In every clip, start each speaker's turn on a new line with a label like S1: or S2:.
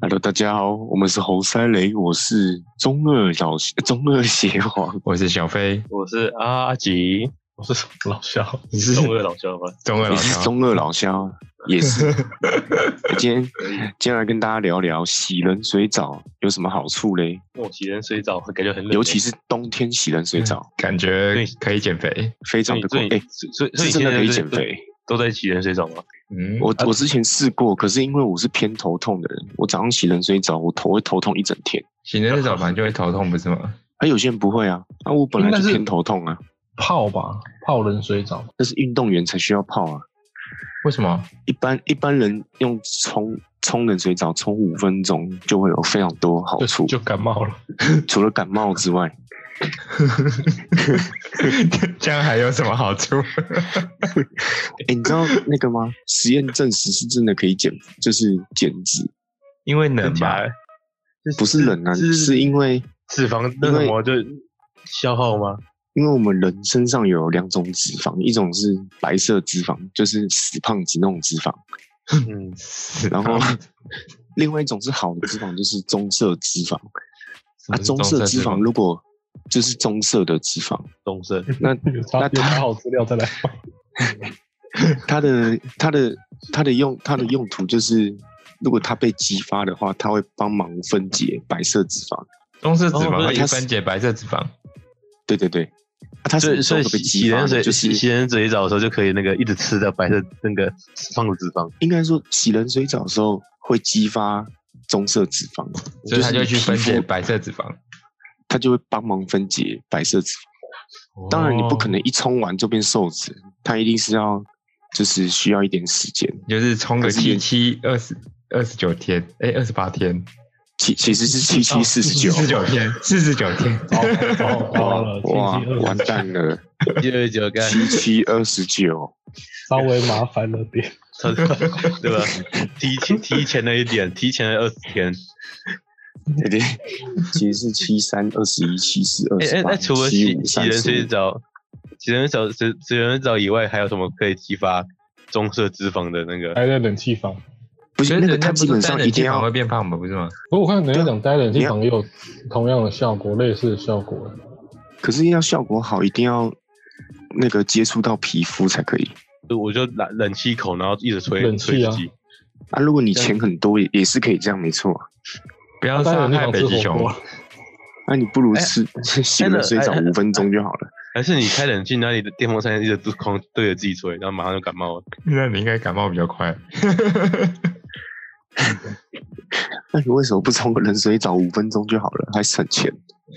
S1: Hello，大家好，我们是侯赛雷，我是中二老 中二邪皇，
S2: 我是小飞，
S3: 我是阿吉，我是什么老肖？你是中二老肖吗？
S2: 中二
S1: 也
S2: 老
S1: 是
S2: 乔，
S1: 中二老肖，也是。今天今天来跟大家聊聊洗冷水澡有什么好处嘞？
S3: 我洗冷水澡感觉很冷欸，
S1: 尤其是冬天洗冷水澡，
S2: 感觉
S3: 对
S2: 可以减肥。
S1: 非
S3: 所
S1: 常
S3: 以
S1: 的
S3: 所
S1: 快
S3: 以。
S1: 哎，
S3: 所以所以
S1: 是
S3: 你
S1: 真的
S3: 现在
S1: 可以
S3: 都在
S1: 减，肥。
S3: 都都在洗冷水澡吗？
S2: 嗯，
S1: 我
S3: 啊
S1: 我之前试过，可是因为我是偏头痛的人，我早上洗冷水澡，我头会头痛一整天。
S2: 洗那澡盘就会头痛，不是吗？
S1: 而有些人不会啊，那、我本来
S4: 应
S1: 就
S4: 该是
S1: 偏头痛啊，
S4: 泡吧，泡冷水澡。
S1: 那是运动员才需要泡啊。
S2: 为什么？
S1: 一般一般人用冲冲冷水澡冲五分钟就会有非常多好
S4: 就
S1: 处，
S4: 就感冒了，
S1: 除了感冒之 外，
S2: 这样还有什么好处？
S1: 哎、你知道那个吗？实验证实是真的可以减，就是减脂，
S2: 因为冷
S3: 真假
S2: 吧
S3: 的？
S1: 不是冷啊，是因为
S3: 脂肪那什么就消耗吗？
S1: 因为我们人身上有两种脂肪，一种是白色脂肪，就是死胖子那种脂肪，
S3: 嗯，
S2: 是
S1: 然后啊
S2: 吧
S1: 另外一种是好的脂肪，就是棕色脂 肪。
S2: 什
S1: 啊，
S2: 么是
S1: 棕色脂肪
S2: 肪
S1: 如果就是棕色的脂肪，
S3: 棕色，
S1: 那
S4: 有查
S1: 那
S4: 有查好资料再来。
S1: 它的它的它的用它的用途就是，如果它被激发的话，它会帮忙分解白色脂肪。
S2: 棕色脂
S3: 哦
S2: 肪
S3: 所
S2: 会
S3: 以
S2: 去分解白色脂肪，
S1: 对对对，啊、它
S3: 所
S1: 是
S3: 以所以
S1: 被
S3: 洗
S1: 激
S3: 洗
S1: 发
S3: 冷
S1: 的，
S3: 水
S1: 就
S3: 洗洗
S1: 是
S3: 冷水澡的时候就可以那个一直吃掉白色那个放的脂肪，
S1: 应该说洗冷水澡的时候会激发棕色脂肪，
S2: 所以它
S1: 是
S2: 就
S1: 你
S2: 去
S1: 皮
S2: 分解
S1: 肤，
S2: 白色脂肪。
S1: 它就会帮忙分解白色脂肪。当然，你不可能一冲完就变瘦子，它一定是要就是需要一点时间。
S2: 哦就是冲个
S1: 可是
S2: 七
S1: 你
S2: 七二十二十九天，哎，二十八天，
S1: 其其实是七七四十九
S2: 四，十九天，四十九天，
S4: 哦，
S1: 哇
S4: 了，
S1: 哇
S4: 星期，
S1: 完
S4: 二
S1: 蛋了，
S3: 一二九干
S1: 七七二十九。
S4: 稍微麻烦了点。
S3: 对吧？提前提前了一点，提前了二十天。
S1: 对对， 其实是七三、二十一、七四、二
S3: 哎哎，
S1: 十
S3: 那
S1: 八、
S3: 除了
S1: 七
S3: 洗
S1: 五、
S3: 洗
S1: 三
S3: 冷
S1: 十
S3: 水
S1: 五，
S3: 澡、洗冷水澡、洗洗冷水澡以外，还有什么可以激发棕色脂肪的那
S1: 哎
S3: 个？
S4: 待在冷气房，
S1: 不是
S2: 所以
S1: 那个，
S2: 人家
S1: 它
S2: 不是
S1: 基本
S2: 戴
S1: 上
S2: 冷
S1: 一
S2: 气
S1: 定
S2: 房会
S1: 要
S2: 变胖嘛，不是吗？
S4: 不过我看人家
S1: 对啊
S4: 讲待在冷气房也有同样的效果，类似的效果。
S1: 可是要效果好，一定要那个接触到皮肤才可以
S3: 就我就冷冷气口，然后一直吹
S4: 冷
S3: 吹
S4: 气啊
S3: 自己。
S1: 啊。如果你
S4: 这样
S1: 钱很多，也也是可以这样，没错啊。
S2: 不要
S4: 啊待在
S2: 伤
S4: 冷气
S2: 害
S4: 房
S2: 北极
S4: 吃火
S2: 熊
S4: 锅。，
S1: 那你不如
S3: 哎
S1: 吃 洗冷
S3: 那
S1: 水澡
S3: 哎哎
S1: 五分钟就好了。
S3: 还是你开冷气，那你的电风扇一直狂对着自己吹，然后马上就感 冒了。
S2: 那你应该感冒比较快。
S1: 那你为什么不冲个冷水澡五分钟就好了，还省钱？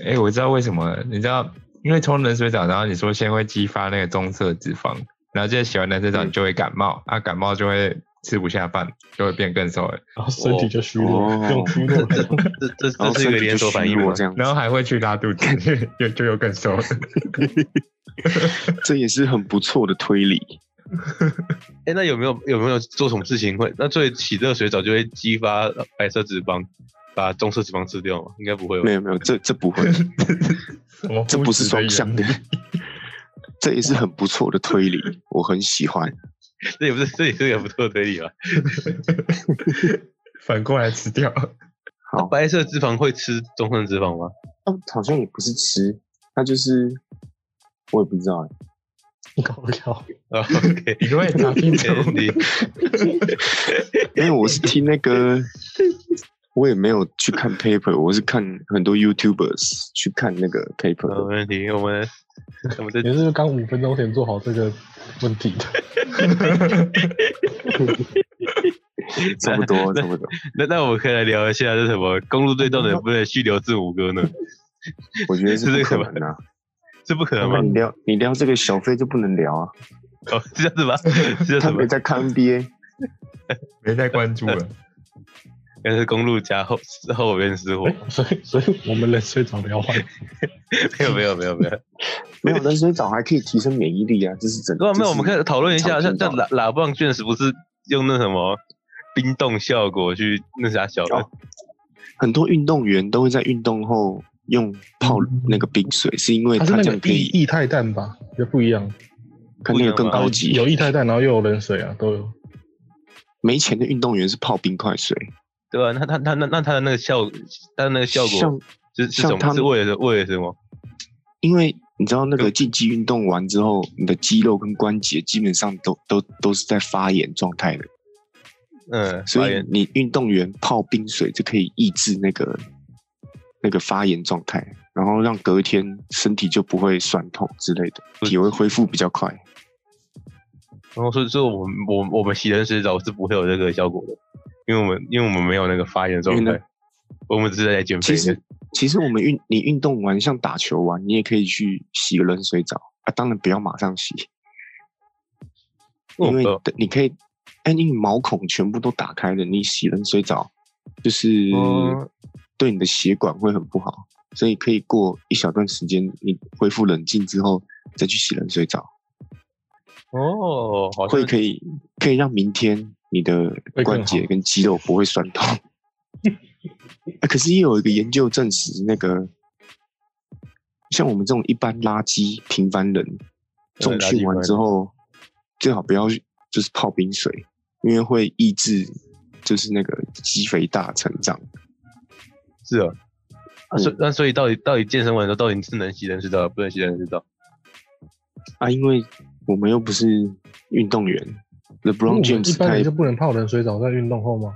S2: 哎、我知道为什么了，你知道，因为冲冷水澡，然后你说先会激发那个棕色脂肪，然后接着洗完冷水澡
S1: 嗯
S2: 你就会感冒，啊，感冒就会吃不下饭，就会变更瘦了，
S4: 然后身体就虚弱，
S1: 哦
S4: 用虚弱来讲。
S3: 这这
S1: 然
S3: 这
S1: 后
S3: 是一
S1: 身
S3: 个
S1: 体就
S3: 连锁
S1: 虚
S3: 反应
S1: 弱
S3: 吗？
S1: 这样子
S2: 然，后还会去拉肚子， 就就又更瘦了。
S1: 这也是很不错的推 理。
S3: 哎，那有没有有没有做什么事情会？那所以洗热水澡就会激发白色脂肪，把棕色脂肪吃掉吗？应该不会吧
S1: 没？有没有，这这不 会，
S2: 什么
S1: 这不是双向的
S2: 的，
S1: 这也是很不错的推理，我很喜欢。
S3: 这也不是，这也是个不错的推理吧？
S2: 反过来吃掉。
S1: 好，
S3: 白色脂肪会吃棕色脂肪吗？
S1: 它哦好像也不是吃，它就是我也不知道欸。
S4: 搞笑，
S3: 啊，OK，
S2: 你
S1: 哎
S2: 会查清楚
S3: 没，问题。
S1: 因为我是听那个，我也没有去看 paper，我是看很多 YouTubers 去看那个
S3: 好没
S1: paper。
S3: 问题。我 们我们
S4: 也
S3: 这
S4: 是刚五分钟前做好这个问题 的。
S1: 差不多，差不多。
S3: 那那我们可以来聊一下，是什么公路对到能不能续留字母歌呢？
S1: 我觉得是
S3: 是
S1: 不
S3: 这
S1: 可
S3: 个吧
S1: 能 啊！
S3: 这不可能
S1: 那
S3: 吧？
S1: 你聊你聊这个小费就不能聊啊，
S3: 哦，是这样 子吧？是这样
S1: 他
S3: 子吧
S1: 没？在看 NBA，
S2: 没再关注了。
S3: 原来是公路加后后院失火，
S4: 所以，所以我们冷水澡 聊完，
S3: 没有没有没有没有。
S1: 没有冷水澡还可以提升免疫力啊，这是真的。
S3: 对啊，没有，
S1: 这
S3: 我
S1: 是
S3: 们可以讨论一下，
S1: 常
S3: 像
S1: 听到
S3: 像
S1: 的
S3: 喇喇棒卷是不是用那什么冰冻效果去那啥小的？
S1: 哦很多运动员都会在运动后用泡
S3: 嗯
S1: 那个冰水，是因为
S4: 它是
S1: 他
S4: 那
S1: 哎这
S4: 个
S1: 样可
S4: 液
S1: 以
S4: 液态氮吧，也不一样，
S1: 看那个更
S3: 不一样吗
S1: 高级。
S4: 有液态氮，然后又有冷水啊，都有。
S1: 没钱的运动员是泡冰块水，
S3: 对吧、那它它那那它的那个效，它的那个效果
S1: 像
S3: 是是
S1: 像
S3: 什
S1: 他
S3: 么？
S1: 们
S3: 是为了什为了什么？
S1: 因为你知道那个竞技运动完之后，你的肌肉跟关节基本上都都都是在发炎状态的，
S3: 嗯，
S1: 所
S3: 发
S1: 以
S3: 炎
S1: 你运动员泡冰水就可以抑制那个那个发炎状态，然后让隔天身体就不会酸痛之类的，体会恢复比较快。
S3: 然后所以所以我们我我们洗人水澡是不会有这个效果的，因为我们因为我们没有那个发炎状
S1: 因为
S3: 态，我们只是在减肥
S1: 其。实其实我们运你运动完，像打球完，你也可以去洗个冷水澡啊，当然不要马上洗，因为
S3: 哦
S1: 等你可以，哎，你毛孔全部都打开了，你洗冷水澡就是
S3: 哦
S1: 对你的血管会很不好，所以可以过一小段时间，你恢复冷静之后再去洗冷水澡，
S3: 哦，好像
S1: 会可以可以让明天你的
S4: 会更
S1: 关节
S4: 好
S1: 跟肌肉不会酸痛。 啊可是也有一个研究证实，那个像我们这种一般垃圾平凡人，
S3: 对
S1: 重
S3: 垃圾
S1: 训完
S3: 平凡
S1: 之后，最好不要就是泡冰水，因为会抑制就是那个肌肥大成长。
S3: 是啊。啊
S1: 嗯
S3: 所以那所以到底到底健身完之后，到底是能洗人水澡，不能洗人水澡？
S1: 啊，因为我们又不是运动员
S4: 我
S1: ，LeBron
S4: 们
S1: James
S4: 一般
S1: 他
S4: 人
S1: 也
S4: 就不能泡冷水澡在运动后吗？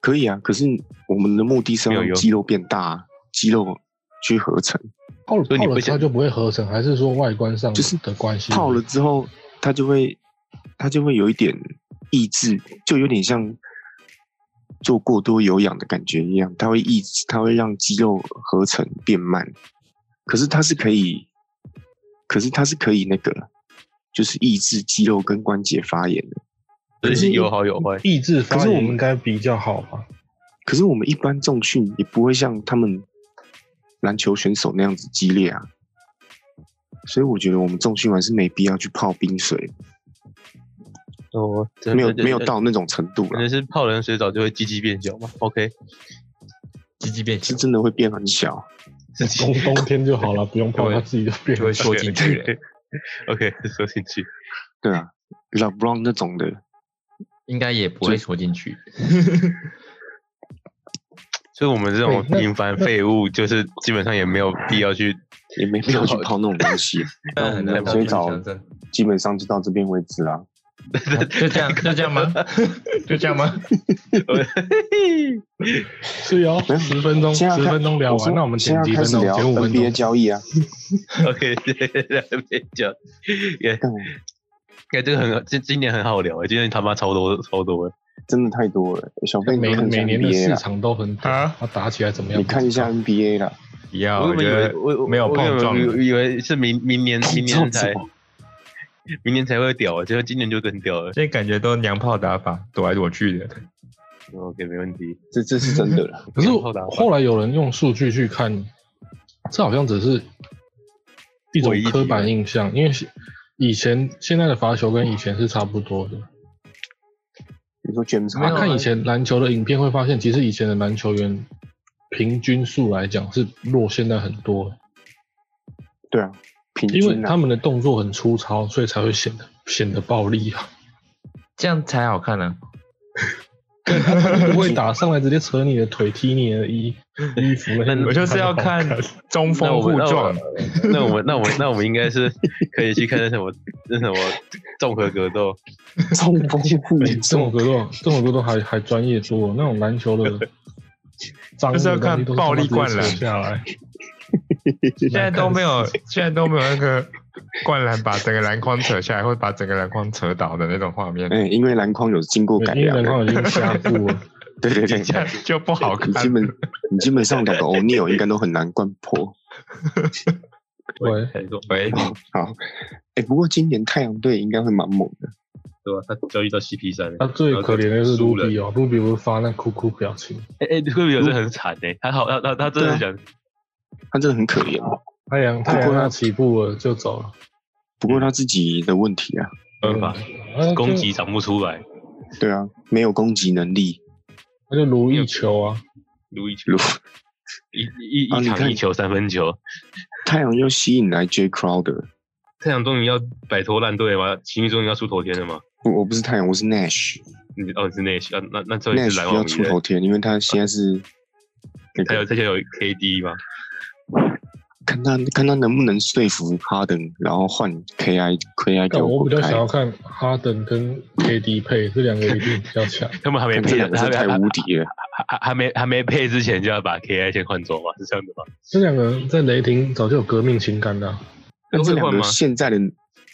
S1: 可以啊，可是我们的目的是
S3: 没
S1: 要
S3: 有
S1: 让
S3: 用嗯
S1: 肌肉变大啊，肌肉去合成，
S4: 泡
S3: 所以你
S4: 泡
S3: 不
S4: 了
S3: 想
S4: 它就不会合成，还是说外观上
S1: 就是
S4: 的关系？
S1: 泡了之后，它就会它就会有一点抑制，就有点像做过多有氧的感觉一样，它会抑制，它会让肌肉合成变慢，可是它是可以，可是它是可以那个，就是抑制肌肉跟关节发炎的。
S3: 所
S1: 可是哦
S3: 以有好有坏。
S4: 抑制发
S1: 可是我
S4: 炎
S1: 们
S4: 应该比较好 吧？
S1: 可是我们一般重训也不会像他们篮球选手那样子激烈啊，所以我觉得我们重训完是没必要去泡冰水，
S3: 哦，
S1: 没有没有到那种程度
S3: 可
S1: 了，
S3: 能是泡冷水澡就会鸡鸡变小嘛。OK，
S2: 鸡鸡变小
S1: 是真的会变很小。
S3: 自己
S1: 哦
S4: 冬冬天就好了，不用泡，
S2: 对
S4: 它自己就变
S2: 就会
S4: 了。
S2: 缩 进去了，
S3: OK，说进去。
S1: 对啊，LeBron 那种的，
S2: 应该也不会缩进去。
S3: 所以我们这种
S4: 对那
S3: 平凡废物，就是基本上也没有必要 去。
S1: 也没必要去泡那种东西。那我们冷水澡 基本上就到这边为止啊啦。
S2: 就这样就这样吗？就这样吗？
S4: 是哦，
S1: 没有
S4: 十分钟，
S1: 现在要
S4: 十
S1: 看
S4: 分钟聊
S1: 我说
S4: 啊完，那我们
S1: 现
S4: 剪
S1: 在
S4: 几
S1: 要开始
S4: 分钟，
S1: 聊
S4: 剪五分
S1: NBA
S4: 钟。
S1: 交易啊，
S3: OK，别讲，也
S2: 嗯
S1: 干
S3: 哎，这个很今今年很好聊哎，今年他妈超多超多哎。
S1: 真的太多了。小飞，你
S4: 每
S1: 看一下
S4: 每年的
S1: NBA
S4: 市
S1: 啦，
S4: 场都很大
S2: 啊，
S4: 它打起来怎么样？
S1: 你看一下 NBA 啦。
S2: 不要，
S3: 我
S2: 啊我
S3: 原本
S2: 觉
S3: 以
S2: 得
S3: 为我我
S2: 没有
S3: 我原
S2: 碰
S3: 本
S2: 撞
S3: 以为以为是明明 年明年才
S1: 碰撞
S3: 明年才会屌，欸结果今年就更屌了。
S2: 这感觉都娘炮打法，躲来躲去的。
S3: OK，没问题。
S1: 这这是真的 啦。
S4: 可是
S3: 两炮打完
S4: 后来有人用数据去看，这好像只是一种
S3: 伪一体
S4: 刻板印象，因为以前现在的罚球跟以前是差不多的。
S1: 你说 James
S2: 没有啊
S4: 看
S1: Harden，
S4: 以前篮球的影片会发现，其实以前的篮球员平均数来讲是弱现在很多，
S1: 对啊，平
S4: 因为
S1: 均啊
S4: 他们的动作很粗糙，所以才会显得 显得暴力啊。
S2: 这样才好看啊呢、
S4: 不会打上来直接扯你的腿，踢你 的衣衣服那些。
S2: 我就是要看
S4: 嗯
S2: 中
S3: 那
S2: 锋
S3: 我
S2: 互撞，
S3: 那我们那我们那我们应该是可以去看那什么那什么综合格斗。
S1: 中锋互
S4: 这种
S1: 撞，
S4: 格斗，这种格斗还还专业多，那种篮球 的脏
S2: 就是要
S4: 的东
S2: 看
S4: 西都
S2: 暴力
S4: 是他妈
S2: 灌
S4: 直接
S2: 篮
S4: 扯下来。
S2: 现在都 没有，现在都没有那个灌篮把整个篮筐扯下来，或者把整个篮筐扯倒的那种画 面，
S1: 哎，因为篮筐有经过
S4: 对
S1: 改
S4: 因为
S1: 良
S4: 篮
S1: 的，
S4: 筐已经下步 了，
S1: 对对对，
S2: 这样就不好
S1: 你
S2: 看。
S1: 基本你基本上两个欧尼尔应该都很难灌破。
S4: 对，
S3: 才说
S2: 喂，
S1: 好，哎，不过今年太阳队应该会蛮猛的，
S3: 对吧？他交易到 CP 三了。
S4: 他最可怜的是
S3: 输了
S4: Ruby 哦，Ruby 不是发那哭哭表情，
S3: 哎哎，科比有是很惨哎，他好他他他真的想
S2: 啊
S1: 他真的很可怜。
S4: 太阳太阳要起步了就走了，
S1: 不过他自己的问题啊，
S3: 办
S2: 嗯
S3: 法
S4: 啊
S3: 攻击，长不出来，
S1: 对啊，没有攻击能力。
S4: 他就如意球啊，
S3: 如一球
S1: 如
S3: 一一
S1: 啊
S3: 一
S1: 你
S3: 场
S1: 看
S3: 一球三分球，
S1: 太阳又吸引来 J Crowder，
S3: 太阳终于要摆脱烂队了吗？情侣终于要出头天了吗？
S1: 我我不是太阳，我是 Nash，
S3: 你哦你是内线，啊那那这
S1: 那
S3: 里
S1: 也
S3: 是
S1: 需
S3: 篮网
S1: 要出头
S3: 鱼，
S1: 天，因为他现在是那
S3: 他有
S1: 个
S3: 他现在有 KD 吗？
S1: 看他看他能不能说服哈登，然后换 KI KI 给
S4: 但我比
S1: 滚
S4: 较想
S1: 开
S4: 要。看哈登跟 KD 配这两个一定比较强。
S3: 他们还没
S1: 看这
S3: 配，
S1: 两个
S3: 还
S1: 是
S3: 没还
S1: 太无敌了，
S3: 还还没还没配之前就要把 KI 先换走吗？是这样的吗？
S4: 这两个人在雷霆早就有革命情感的啊、
S1: 但
S3: 都
S1: 这
S3: 会
S1: 两
S3: 换
S1: 个
S3: 吗？
S1: 现在的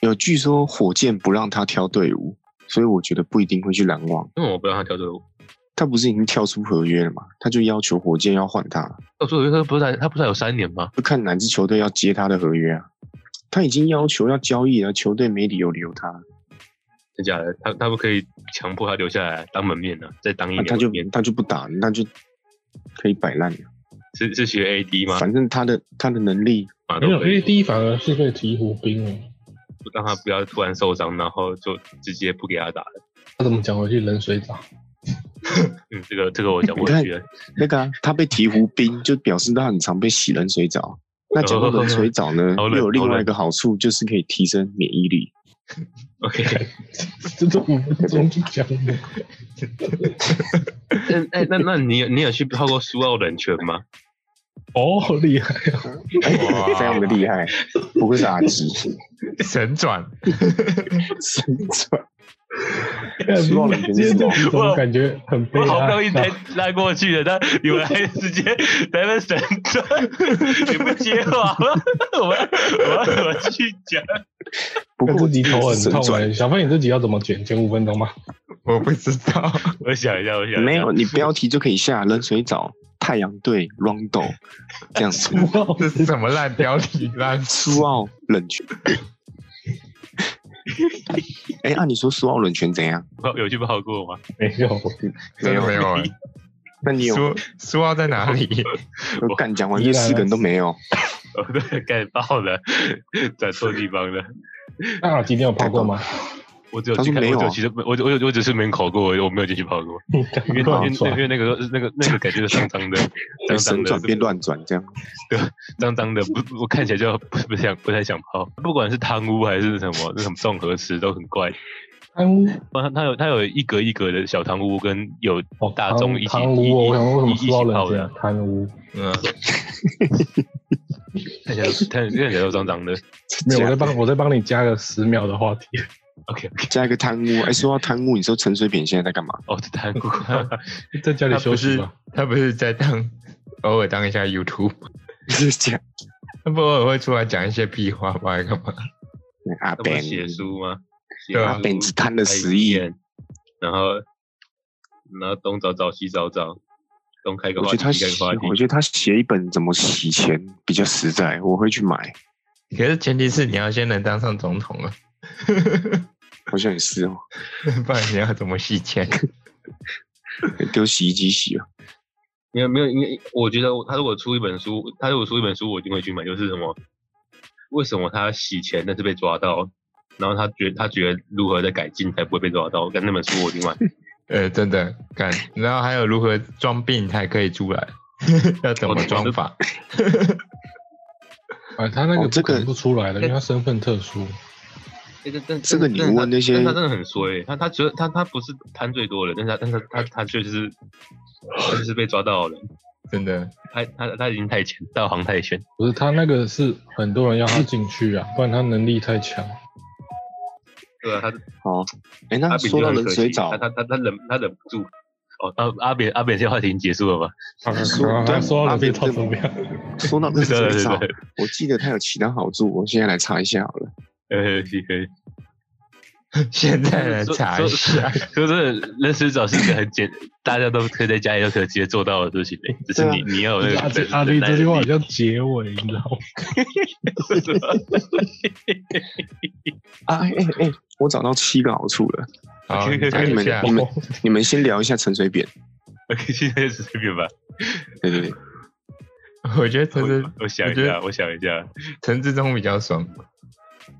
S1: 有据说火箭不让他挑队伍，所以我觉得不一定会去篮网。
S3: 因为我不让他调队伍，
S1: 他不是已经跳出合约了吗？他就要求火箭要换他，
S3: 调队伍哦他不是还他不是还有三年吗？
S1: 就看哪支球队要接他的合约啊。他已经要求要交易了，球队没理由留他，
S3: 真假的？他他们可以强迫他留下来当门面呢、再嗯当一
S1: 那
S3: 年
S1: 啊他就
S3: 门面，
S1: 他就不打，那就可以摆烂了。
S3: 是是学 AD 吗？
S1: 反正他的他的能力，
S3: 马
S4: 没
S3: 啊都
S4: 有
S3: 可以
S4: AD 反而是被鹈鹕冰了。
S3: 让他不要突然受伤，然后就直接不给他打了。
S4: 他怎么讲回去冷水澡？
S3: 嗯，这个这个我讲不
S1: 你看
S3: 去了。，
S1: 那个、啊、他被鹈鹕冰，就表示他很常被洗冷水澡。啊那讲到冷水澡呢
S3: 哦好冷
S1: 又有另
S3: 好
S1: 外
S3: 冷
S1: 一个好处，就是可以提升免疫力。
S3: OK，
S4: 这都五分钟就讲了。
S3: 那哎、那那你有你有去泡过苏澳冷泉吗？
S4: 哦，厉害啊！
S2: 哇
S1: 非常的厉害，不愧是阿基。
S2: 神转，
S1: 神转
S4: 希望
S1: 冷静点
S4: 怎么感觉很悲
S3: 我
S4: 哀？啊
S3: 好不容易
S1: 啊
S3: 才拉过去的，但你们还直接来了神转，你不接话， 我们我要怎么去讲？
S1: 不
S4: 看
S1: 过
S4: 自己头很
S1: 神
S4: 痛
S1: 转
S4: 哎、小飞你自己要怎么剪？剪五分钟吧。
S2: 我不知道，
S3: 我想一下，我想一下
S1: 没 有，你标题就可以下冷水澡、太阳队、Rondo 这样子，
S4: 哇
S2: 这是什么烂标题烂？
S1: 苏澳冷泉。 哎、按、你说苏澳冷泉怎样？
S3: 泡有去泡过吗？
S4: 没有，
S2: 真的没有哎、
S1: 那你有
S2: 苏苏澳在哪里？
S1: 我干讲完这四个人都没有，
S3: 我都干爆了，转错地方了。
S4: 那耳机你有泡过吗？
S3: 我只有
S1: 他
S3: 去
S1: 说
S3: 看，
S1: 没有
S3: 我
S1: 啊
S3: 只有去，我只我只我只是门口过而已，我没有进去泡过，因
S1: 哦
S3: 为那
S4: 乱
S3: 边
S4: 转
S3: 那边那个那个那个感觉是脏 脏的，脏脏
S1: 神
S3: 的
S1: 转，变乱转这样。
S3: 脏脏的，不，我看起来就 不不想不太想泡。不管是汤屋还是什么 那种综合池都很怪，
S4: 贪污
S3: 它它有它有一格一格的小汤屋跟有
S4: 哦，
S3: 大众啊一起
S4: 贪污哦！我想说为什
S3: 一
S4: 么
S3: 起一
S4: 说到
S3: 起泡
S4: 冷
S3: 的
S4: 静，贪污？
S2: 嗯，
S3: 看起来都看看起来都脏脏的。
S4: 没有，我在帮我在帮你加个十秒的话题。
S3: OK，
S1: 加一个贪污。哎、说到贪污，你说陈水扁现在在干嘛？
S3: 哦，这汤屋，
S4: 在家里
S2: 他
S4: 休
S2: 不
S4: 息
S2: 是
S4: 吧。
S2: 他不是在当偶尔当一下 YouTube，
S1: 是讲
S2: 他不偶尔会出来讲一些屁话吧？干嘛？
S1: 阿
S3: 那不
S1: Ben
S3: 是写书吗？
S2: 对啊
S3: 写书
S1: 本子贪了10亿，
S3: 然后然后东找找西找找，东开个
S1: 我
S3: 话
S1: 觉得
S3: 题，
S1: 他
S3: 西
S1: 写
S3: 开个话，
S1: 我
S3: 题。
S1: 觉得他写一本怎么洗钱比较实在，我会去买。
S2: 可是前提是你要先能当上总统啊，
S1: 好像也是哦，
S2: 不然你要怎么洗钱？
S1: 丢洗衣机洗了。
S3: 没有没有，因为我觉得他如果出一本书，他如果出一本书，我一定会去买。就是什么？为什么他洗钱但是被抓到？然后他觉他觉得如何在改进才不会被抓到？但那本书我一定买。
S2: 呃，真的干，然后还有如何装病才可以出来，要怎么装法？
S4: 哎，他那个
S1: 哦这
S4: 不
S1: 个
S4: 可能不出来的，因为他身份特殊。
S3: 欸但但
S1: 这个
S3: 但
S1: 你
S3: 但是
S1: 问
S3: 他
S1: 那些
S3: 但他真的很衰、他他觉得他他不是贪最多的人，但是他但是他他确实是，他就是被抓到了，
S2: 真的，
S3: 他他他已经太浅，道行太浅，
S4: 不是他那个是很多人要他进去啊，不然他能力太强。
S3: 对啊，他
S1: 哦，哎、
S3: 阿
S1: 那
S3: 扁
S1: 说
S3: 就
S1: 到
S3: 很
S1: 冷
S3: 可惜
S1: 水澡
S3: 他，他他他忍他忍不住。哦，阿阿扁阿扁这话题已经结束了吧？
S4: 他
S1: 说
S4: 啊他
S1: 对啊
S4: 说
S1: 阿
S4: 冷
S1: 扁
S4: 静超
S1: 真
S4: 怎么样？
S1: 说 到冷
S3: 对对
S1: 水
S3: 对
S1: 澡，
S3: 对，
S1: 我记得它有其他好处，我现在来查一下好了。
S3: 呃，可以可以。
S2: 现在来查一下。
S3: 说真的，冷水澡是一个很简，大家都可以在家里都可以直接做到的事情、欸，只是
S1: 对啊
S3: 你、你要有那个
S4: 阿
S3: 忍
S4: 阿阿力
S3: 忍耐
S4: 这句话
S3: 力
S4: 好像结尾，你知道吗？
S3: 为什么
S1: 啊， 哎哎哎，我找到七个好处了。
S2: 好，
S3: 可以可以
S2: 讲
S3: 可以
S1: 你
S2: 一
S1: 们
S2: 下
S1: 你。们你们先聊一下陈水扁。
S3: ？OK，现在随便吧。
S1: 对对对，
S2: 我觉得陈志
S3: 我，我想一
S2: 觉
S3: 下，
S2: 得
S3: 我想一下。
S2: 陈志忠比较爽，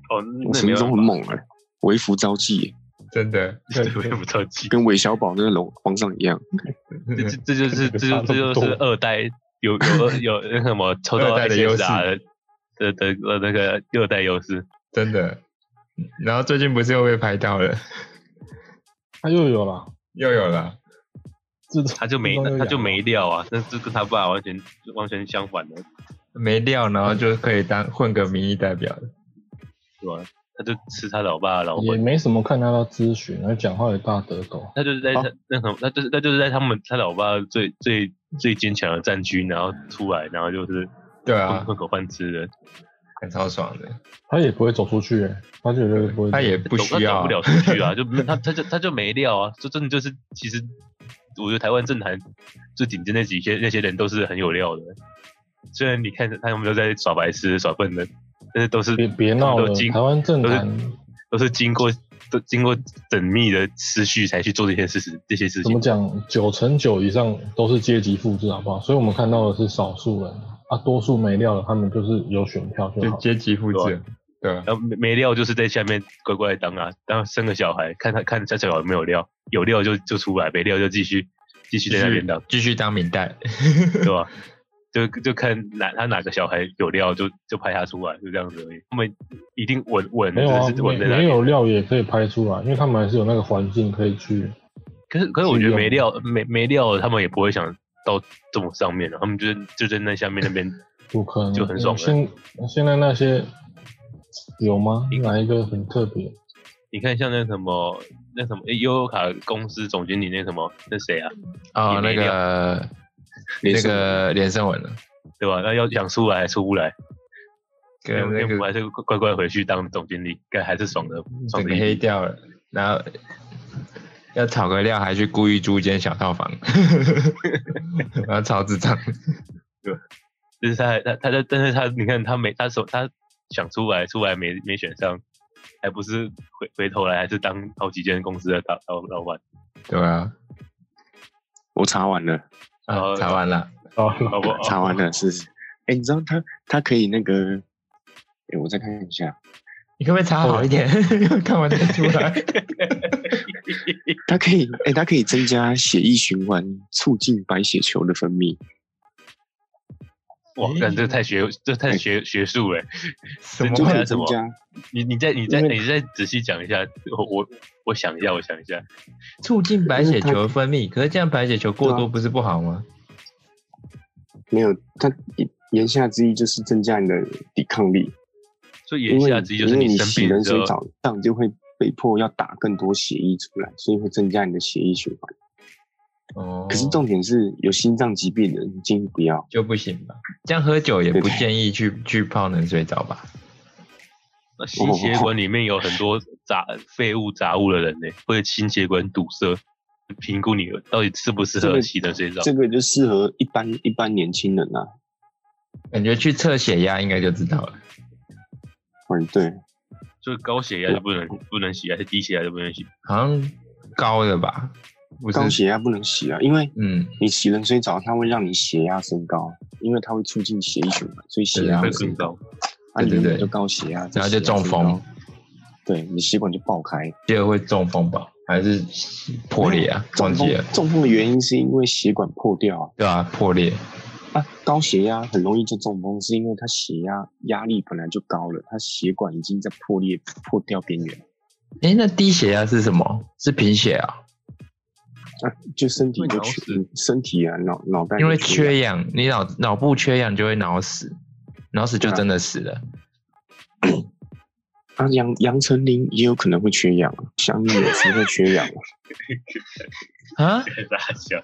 S3: 哦，
S1: 我
S3: 那没
S1: 陈
S3: 有
S1: 忠很猛哎、微服招妓，
S2: 真的。
S3: 对，我也不着急。
S1: 跟韦小宝那个龙皇上一样。
S3: 这这这就是这就这
S4: 差不多
S3: 就是二代有有二有那什么抽到
S2: 二代的优势
S3: SSR 啊呃的的的那个二代优势。
S2: 真的。然后最近不是又被拍到了，
S4: 他又有了，
S2: 又有了，
S4: 这
S3: 他就没
S4: 运动又
S3: 他就
S4: 痒
S3: 没料啊，那这跟他爸完全完全相反的，
S2: 没料，然后就可以当混个民意代表了。
S3: 是吧？他就吃他老爸的老
S4: 也
S3: 本，
S4: 没什么看他要咨询，然后讲话也大得狗。
S3: 他就是
S2: 哦
S3: 在他那什么，他就是他就是在他们他老爸最最最坚强的战区，然后出来，然后就是
S2: 对
S3: 混
S2: 啊，
S3: 混口饭吃的，
S2: 很超爽的。
S4: 他也不会走出去、欸，他绝对不会。
S2: 他也不
S3: 走他
S2: 需
S3: 走
S2: 要
S3: 不，了出去啊，就没他他就他就没料啊，就真的就是其实我觉得台湾政坛最顶尖那几些那些人都是很有料的，虽然你看他们都在耍白痴耍笨的，但是都是
S4: 别别闹
S3: 都
S4: 了，
S3: 经
S4: 台湾政坛
S3: 都是经过都经过缜密的思绪才去做这些事情这些事
S4: 怎么
S3: 情。
S4: 讲？九成九以上都是阶级复制，好不好？所以我们看到的是少数人啊，多数没料了，他们就是有选票就
S2: 就
S4: 好。
S2: 阶级复制，对啊，
S3: 然后呃没没料就是在下面乖乖当啊，当生个小孩，看他看他小孩有没有料，有料就就出来，没料就继续继续
S2: 继
S3: 在那边
S2: 续
S3: 当，
S2: 继续当明代，
S3: 对吧？就就看哪他哪个小孩有料就就拍他出来，就这样子而已。他们一定稳稳的，
S4: 没有啊
S3: 只，是
S4: 没
S3: 稳在那
S4: 没
S3: 里。
S4: 有料也可以拍出来，因为他们还是有那个环境可以去。
S3: 可是可是我觉得
S4: 是
S3: 没
S4: 用
S3: 料没没料，他们也不会想到这么上面的，啊他们就是就在那下面那 边
S4: 不可能，
S3: 就很爽了
S4: 嗯现现在那些有吗？哪一个很 特别？
S3: 你看像那什么那什么诶悠游卡公司总经理那什么那谁啊，
S2: 哦
S3: 也，没
S2: 那个
S1: 连
S2: 那
S1: 胜文
S2: 个连胜文了，
S3: 对吧？那要想出来还出不来，要
S2: 跟那
S3: 不
S2: 个
S3: 还是乖乖回去当总经理，该还是爽的，爽
S1: 嗯
S2: 整
S3: 的
S2: 个
S3: 一
S2: 黑
S3: 逼
S2: 掉了，然后要炒个料，还去故意租一间小套房， 然后超智障，
S3: 就是他还他他在，但是他你看他没他手他想出来出来没没选上，还不是回回头来还是当好几间公司的大老老板，
S2: 对啊，
S1: 我查完了，
S2: 啊，
S3: 哦
S2: 查完了，
S4: 啊，
S3: 好不好？
S1: 查完了，是是。哎、你知道他他可以那个，哎、我再看一下，
S2: 你可不可以查好一点？ 看完再出来。
S1: 他可以，哎、他可以增加血液循环，促进白血球的分泌。
S3: 哇，感这太
S1: 哎
S3: 学这太学学术了。
S2: 什么
S3: 就
S1: 就
S3: 还
S1: 可
S3: 有
S1: 以
S3: 什
S1: 增
S3: 么
S1: 加
S3: 你你再你再
S1: 因为
S3: 你再仔细讲一下，我我我想一下，我想一下，
S2: 促进白血球分泌？可是这样白血球过
S1: 对
S2: 多不是不好吗？
S1: 没有？他言言下之意就是增加你的抵抗力，
S3: 所以
S1: 因
S3: 言
S1: 为
S3: 下之意就是
S1: 因为你
S3: 生
S1: 洗
S3: 病
S1: 冷
S3: 的时
S1: 水
S3: 候，
S1: 澡，这样就会被迫要打更多血液出来，所以会增加你的血液循环。
S2: 哦，
S1: 可是重点是有心脏疾病的人建议不要，
S2: 就不行吧？这样喝酒也不
S1: 对
S2: 建议去去泡冷水澡吧？
S3: 那心血管里面有很多杂废物杂物的人呢，会心血管堵塞，评估你到底适不适
S1: 这
S3: 合
S1: 个
S3: 洗冷水澡。
S1: 这个就适合一般一般年轻人啊。
S2: 感觉去测血压应该就知道了。
S1: 嗯，对，
S3: 就是高血压就不能不能洗，还是低血压就不能洗？
S2: 好像高的吧？不是
S1: 高血压不能洗啊，因为
S2: 嗯，
S1: 你洗冷水澡，它会让你血压升高，因为它会促进血液循环，所以血压
S3: 会
S1: 会
S3: 更
S1: 升
S3: 高
S1: 高。。啊，
S2: 对
S1: 你
S2: 对
S1: 原
S2: 对
S1: 本就高血压，
S2: 然
S1: 血
S2: 后就
S1: 压
S2: 中
S1: 升高
S2: 风，，
S1: 对，你血管就爆开。
S2: 接着会中风吧？还是破裂啊？忘
S1: 中风
S2: 记了，
S1: 中风的原因是因为血管破掉啊。
S2: 对啊，破裂。
S1: 啊，高血压很容易就中风，是因为他血压压力本来就高了，他血管已经在破裂、破掉边缘了，
S2: 诶，那低血压是什么？是贫血啊？
S1: 就身体就
S3: 会
S1: 缺
S3: 脑
S1: 身体啊，脑脑袋
S2: 因为
S1: 就氧
S2: 缺氧，你脑脑部缺氧就会脑死，脑死就
S1: 对啊
S2: 真的死了。
S1: 啊，杨杨丞琳也有可能会缺氧啊，香蜜也是会缺氧啊，
S2: 啊，
S3: 大小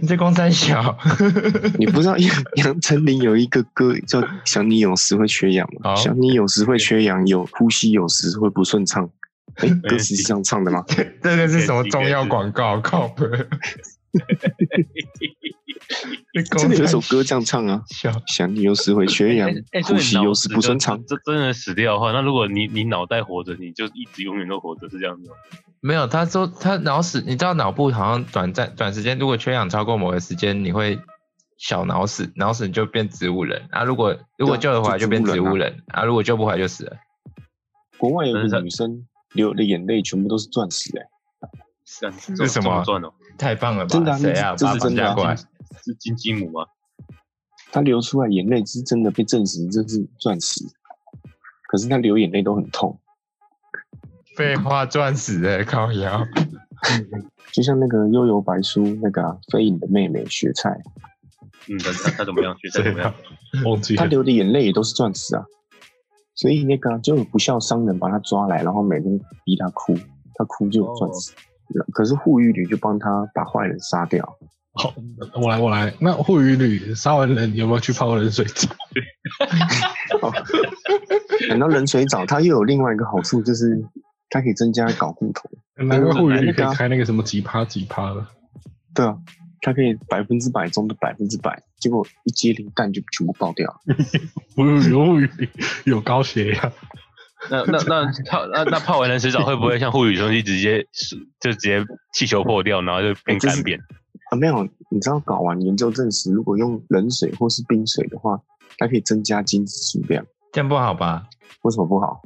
S2: 你这光 三小，
S1: 你不知道 杨杨丞琳有一个歌叫《想你有时会缺氧》
S2: 好
S1: 吗？想你有时会缺氧，有呼吸有时会不顺畅。哎，歌词是这样唱的吗？
S2: 这个是什么中药广告？靠谱！这
S1: 真
S2: 光
S1: 的有一
S2: 三
S1: 首歌这样唱啊，
S2: 小，
S1: 想你有时会缺氧
S3: 哎，哎，所
S1: 呼
S3: 以
S1: 吸有
S3: 脑
S1: 时
S3: 死
S1: 不
S3: 就
S1: 顺畅。
S3: 这真的死掉的话，那如果你你脑袋活着，你就一直永远都活着，是这样子吗？
S2: 没有，他说他脑死，你知道脑部好像短暂短时间，如果缺氧超过某个时间，你会小脑死，脑死你就变植物人啊。如果如果
S1: 对
S2: 救
S1: 啊
S2: 得回来就
S1: 就
S2: 变植
S1: 植
S2: 物
S1: 物
S2: 人啊，如果救不回来就死了。
S1: 国外有
S3: 但是他
S1: 个女生流的眼泪全部都是钻石、欸，
S3: 啊这样
S2: 这什么
S3: 赚哦？
S2: 太棒了吧！
S1: 真的啊
S2: 谁啊？
S1: 这
S2: 把
S1: 是
S2: 他
S1: 真的
S2: 绑
S1: 啊
S2: 架过来，
S3: 是金鸡母吗？
S1: 她流出来眼泪是真的被证实这是钻石，可是她流眼泪都很痛。
S2: 废话，钻死了，靠腰。
S1: 就像那个悠游白书那个、啊、飞影的妹妹雪菜，
S3: 嗯，他他他怎么样？学生
S4: 对
S3: 怎么样
S4: 啊？，忘记
S1: 她
S4: 了。
S1: 流的眼泪也都是钻石啊。所以那个啊、就有不孝商人把她抓来，然后每天逼她哭，她哭就有钻石。可是护玉女就帮她把坏人杀掉，
S4: 好，我来我来。那护鱼女杀完人有没有去泡冷水澡？
S1: 等到冷水澡，它又有另外一个好处，就是它可以增加睾固酮。
S4: 难怪护鱼女可
S1: 那个啊
S4: 以开那个什么几趴几趴的。
S1: 对啊，它可以百分之百中的百分之百，结果一接零蛋就全部爆掉了。
S4: 护鱼女护鱼女有高血压，
S3: 那那那泡那那泡完冷水澡会不会像护理中心直接就直接气球破掉，然后就变
S1: 哎这
S3: 干
S1: 是
S3: 扁？
S1: 啊，没有，你知道睾丸研究证实，如果用冷水或是冰水的话，它可以增加精子数量，
S2: 这样不好吧？
S1: 为什么不好？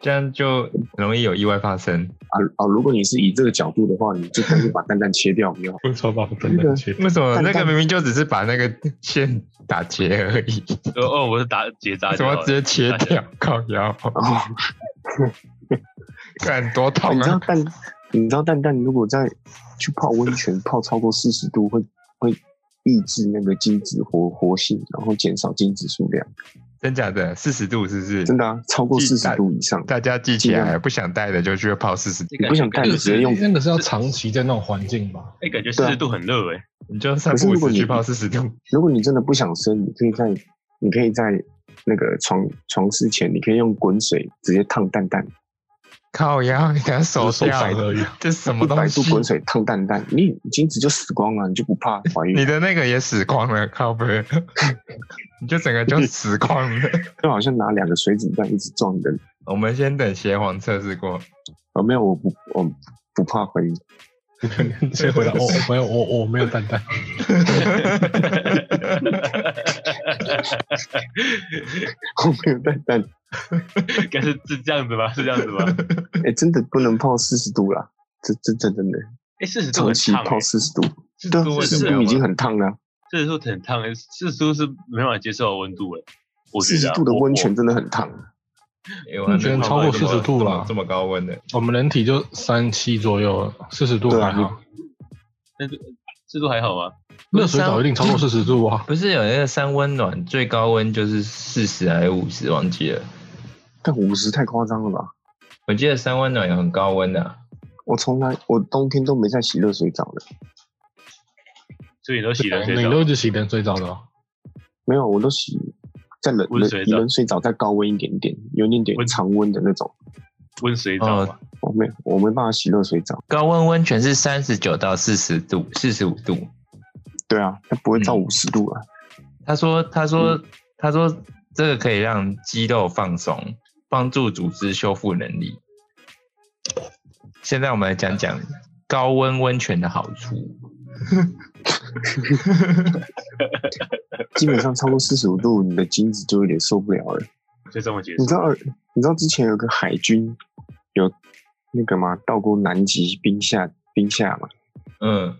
S2: 这样就容易有意外发生。
S1: 啊啊！如果你是以这个角度的话，你就干脆把蛋蛋切掉不就好？
S4: 为什么把我真的切？
S2: 为什么
S1: 但
S2: 那个
S1: 但
S2: 明明就只是把那个线打结而已，
S3: 呃 哦，我是打结扎
S2: 怎
S3: 掉
S2: 么
S3: 了，
S2: 直接切
S3: 打结
S2: 掉？靠腰，
S1: 哦，
S2: 看多痛
S1: 你知道
S2: 啊！
S1: 蛋，你知道蛋蛋如果在去泡温泉泡超过四十度，会会抑制那个精子活活性，然后减少精子数量。
S2: 真假的？四十度是不是？
S1: 真的啊，超过
S2: 记
S1: 四
S2: 蛋
S1: 十度以上，
S2: 大家记起
S1: 记
S2: 来，
S1: 得
S2: 不想戴的就去泡四十，
S1: 你不想干，你直接用
S4: 那个是要长期在那种环 境吧？
S3: 哎，感觉
S1: 对
S3: 四
S1: 啊
S3: 十度很热哎，
S2: 你就三
S1: 可是
S2: 不五
S1: 如果
S2: 时去
S1: 你
S2: 泡四十度。
S1: 如果你真的不想生，你可以在你可以在那个床床事前，你可以用滚水直接烫蛋蛋，
S2: 靠腰，你等下手
S4: 受
S2: 掉
S4: 伤，而已。
S2: 这什么
S1: 一百
S2: 东
S1: 度
S2: 西？
S1: 滚水烫蛋蛋，你精子就死光了，你就不怕怀
S2: 你
S1: 孕？
S2: 的那个也死光了，靠 背，你就整个就死光了。
S1: 就好像拿两个水煮蛋一直撞人。
S2: 我们先等邪皇测试 过，
S1: 哦，没有，我不，我不怕怀孕。
S4: 先回答我，我没有，我我没有蛋蛋。
S2: 哎
S1: 我没有蛋蛋，
S3: 应该是是这样子吧？是这样子吧？
S1: 哎、真的不能泡四十度啦，这这这真的
S3: 哎，四十度
S1: 长
S3: 很
S1: 期
S3: 烫
S1: 泡
S3: 哎，
S1: 四十度，
S3: 40
S1: 对啊，
S3: 为
S1: 四
S3: 什
S1: 十
S3: 么要
S1: 度已经
S3: 吧
S1: 很烫了啊。
S3: 四十度很烫哎，四十度是没办法接受的温度哎，我觉
S1: 四十
S3: 得啊
S1: 度的
S3: 我
S1: 温
S3: 我
S1: 泉真的很烫，
S2: 哎我还没
S4: 觉得
S2: 泡
S4: 超过
S2: 过这么
S4: 40度
S2: 这么
S4: 了
S2: 这么高温的。
S4: 我们人体就三七左右了，四十度
S1: 对啊
S4: 还好。
S3: 那就四十度还好吗？
S4: 热水澡一定超过四十度啊！
S2: 不是有那个三温暖，最高温就是四十还是五十，忘记了。
S1: 但五十太夸张了吧？
S2: 我记得三温暖有很高温的、啊，
S1: 我从来我冬天都没在洗热水澡的，
S3: 所以你都洗冷水
S4: 啊你
S3: 澡
S4: 都一直洗冷水澡的哦。
S1: 没有，我都洗在冷
S3: 温
S1: 冷
S3: 水
S1: 比
S3: 澡
S1: 冷水澡再高温一点点，有一点点
S3: 温
S1: 常温的那种。
S3: 温水澡
S2: 哦
S3: 嘛？
S1: 我没我没办法洗热水澡，
S2: 高温温泉是三十九到四十度，四十五度。
S1: 对啊，它不会到
S2: 嗯
S1: 五十度啊。
S2: 他说，他说，他说，这个可以让肌肉放松，帮助组织修复能力。现在我们来讲讲高温温泉的好处。
S1: 基本上超过四十五度，你的精子就有点受不了了。
S3: 就这么解
S1: 你知
S3: 释。
S1: 道，你知道之前有个海军有那个吗？到过南极冰下冰下嘛？
S2: 嗯，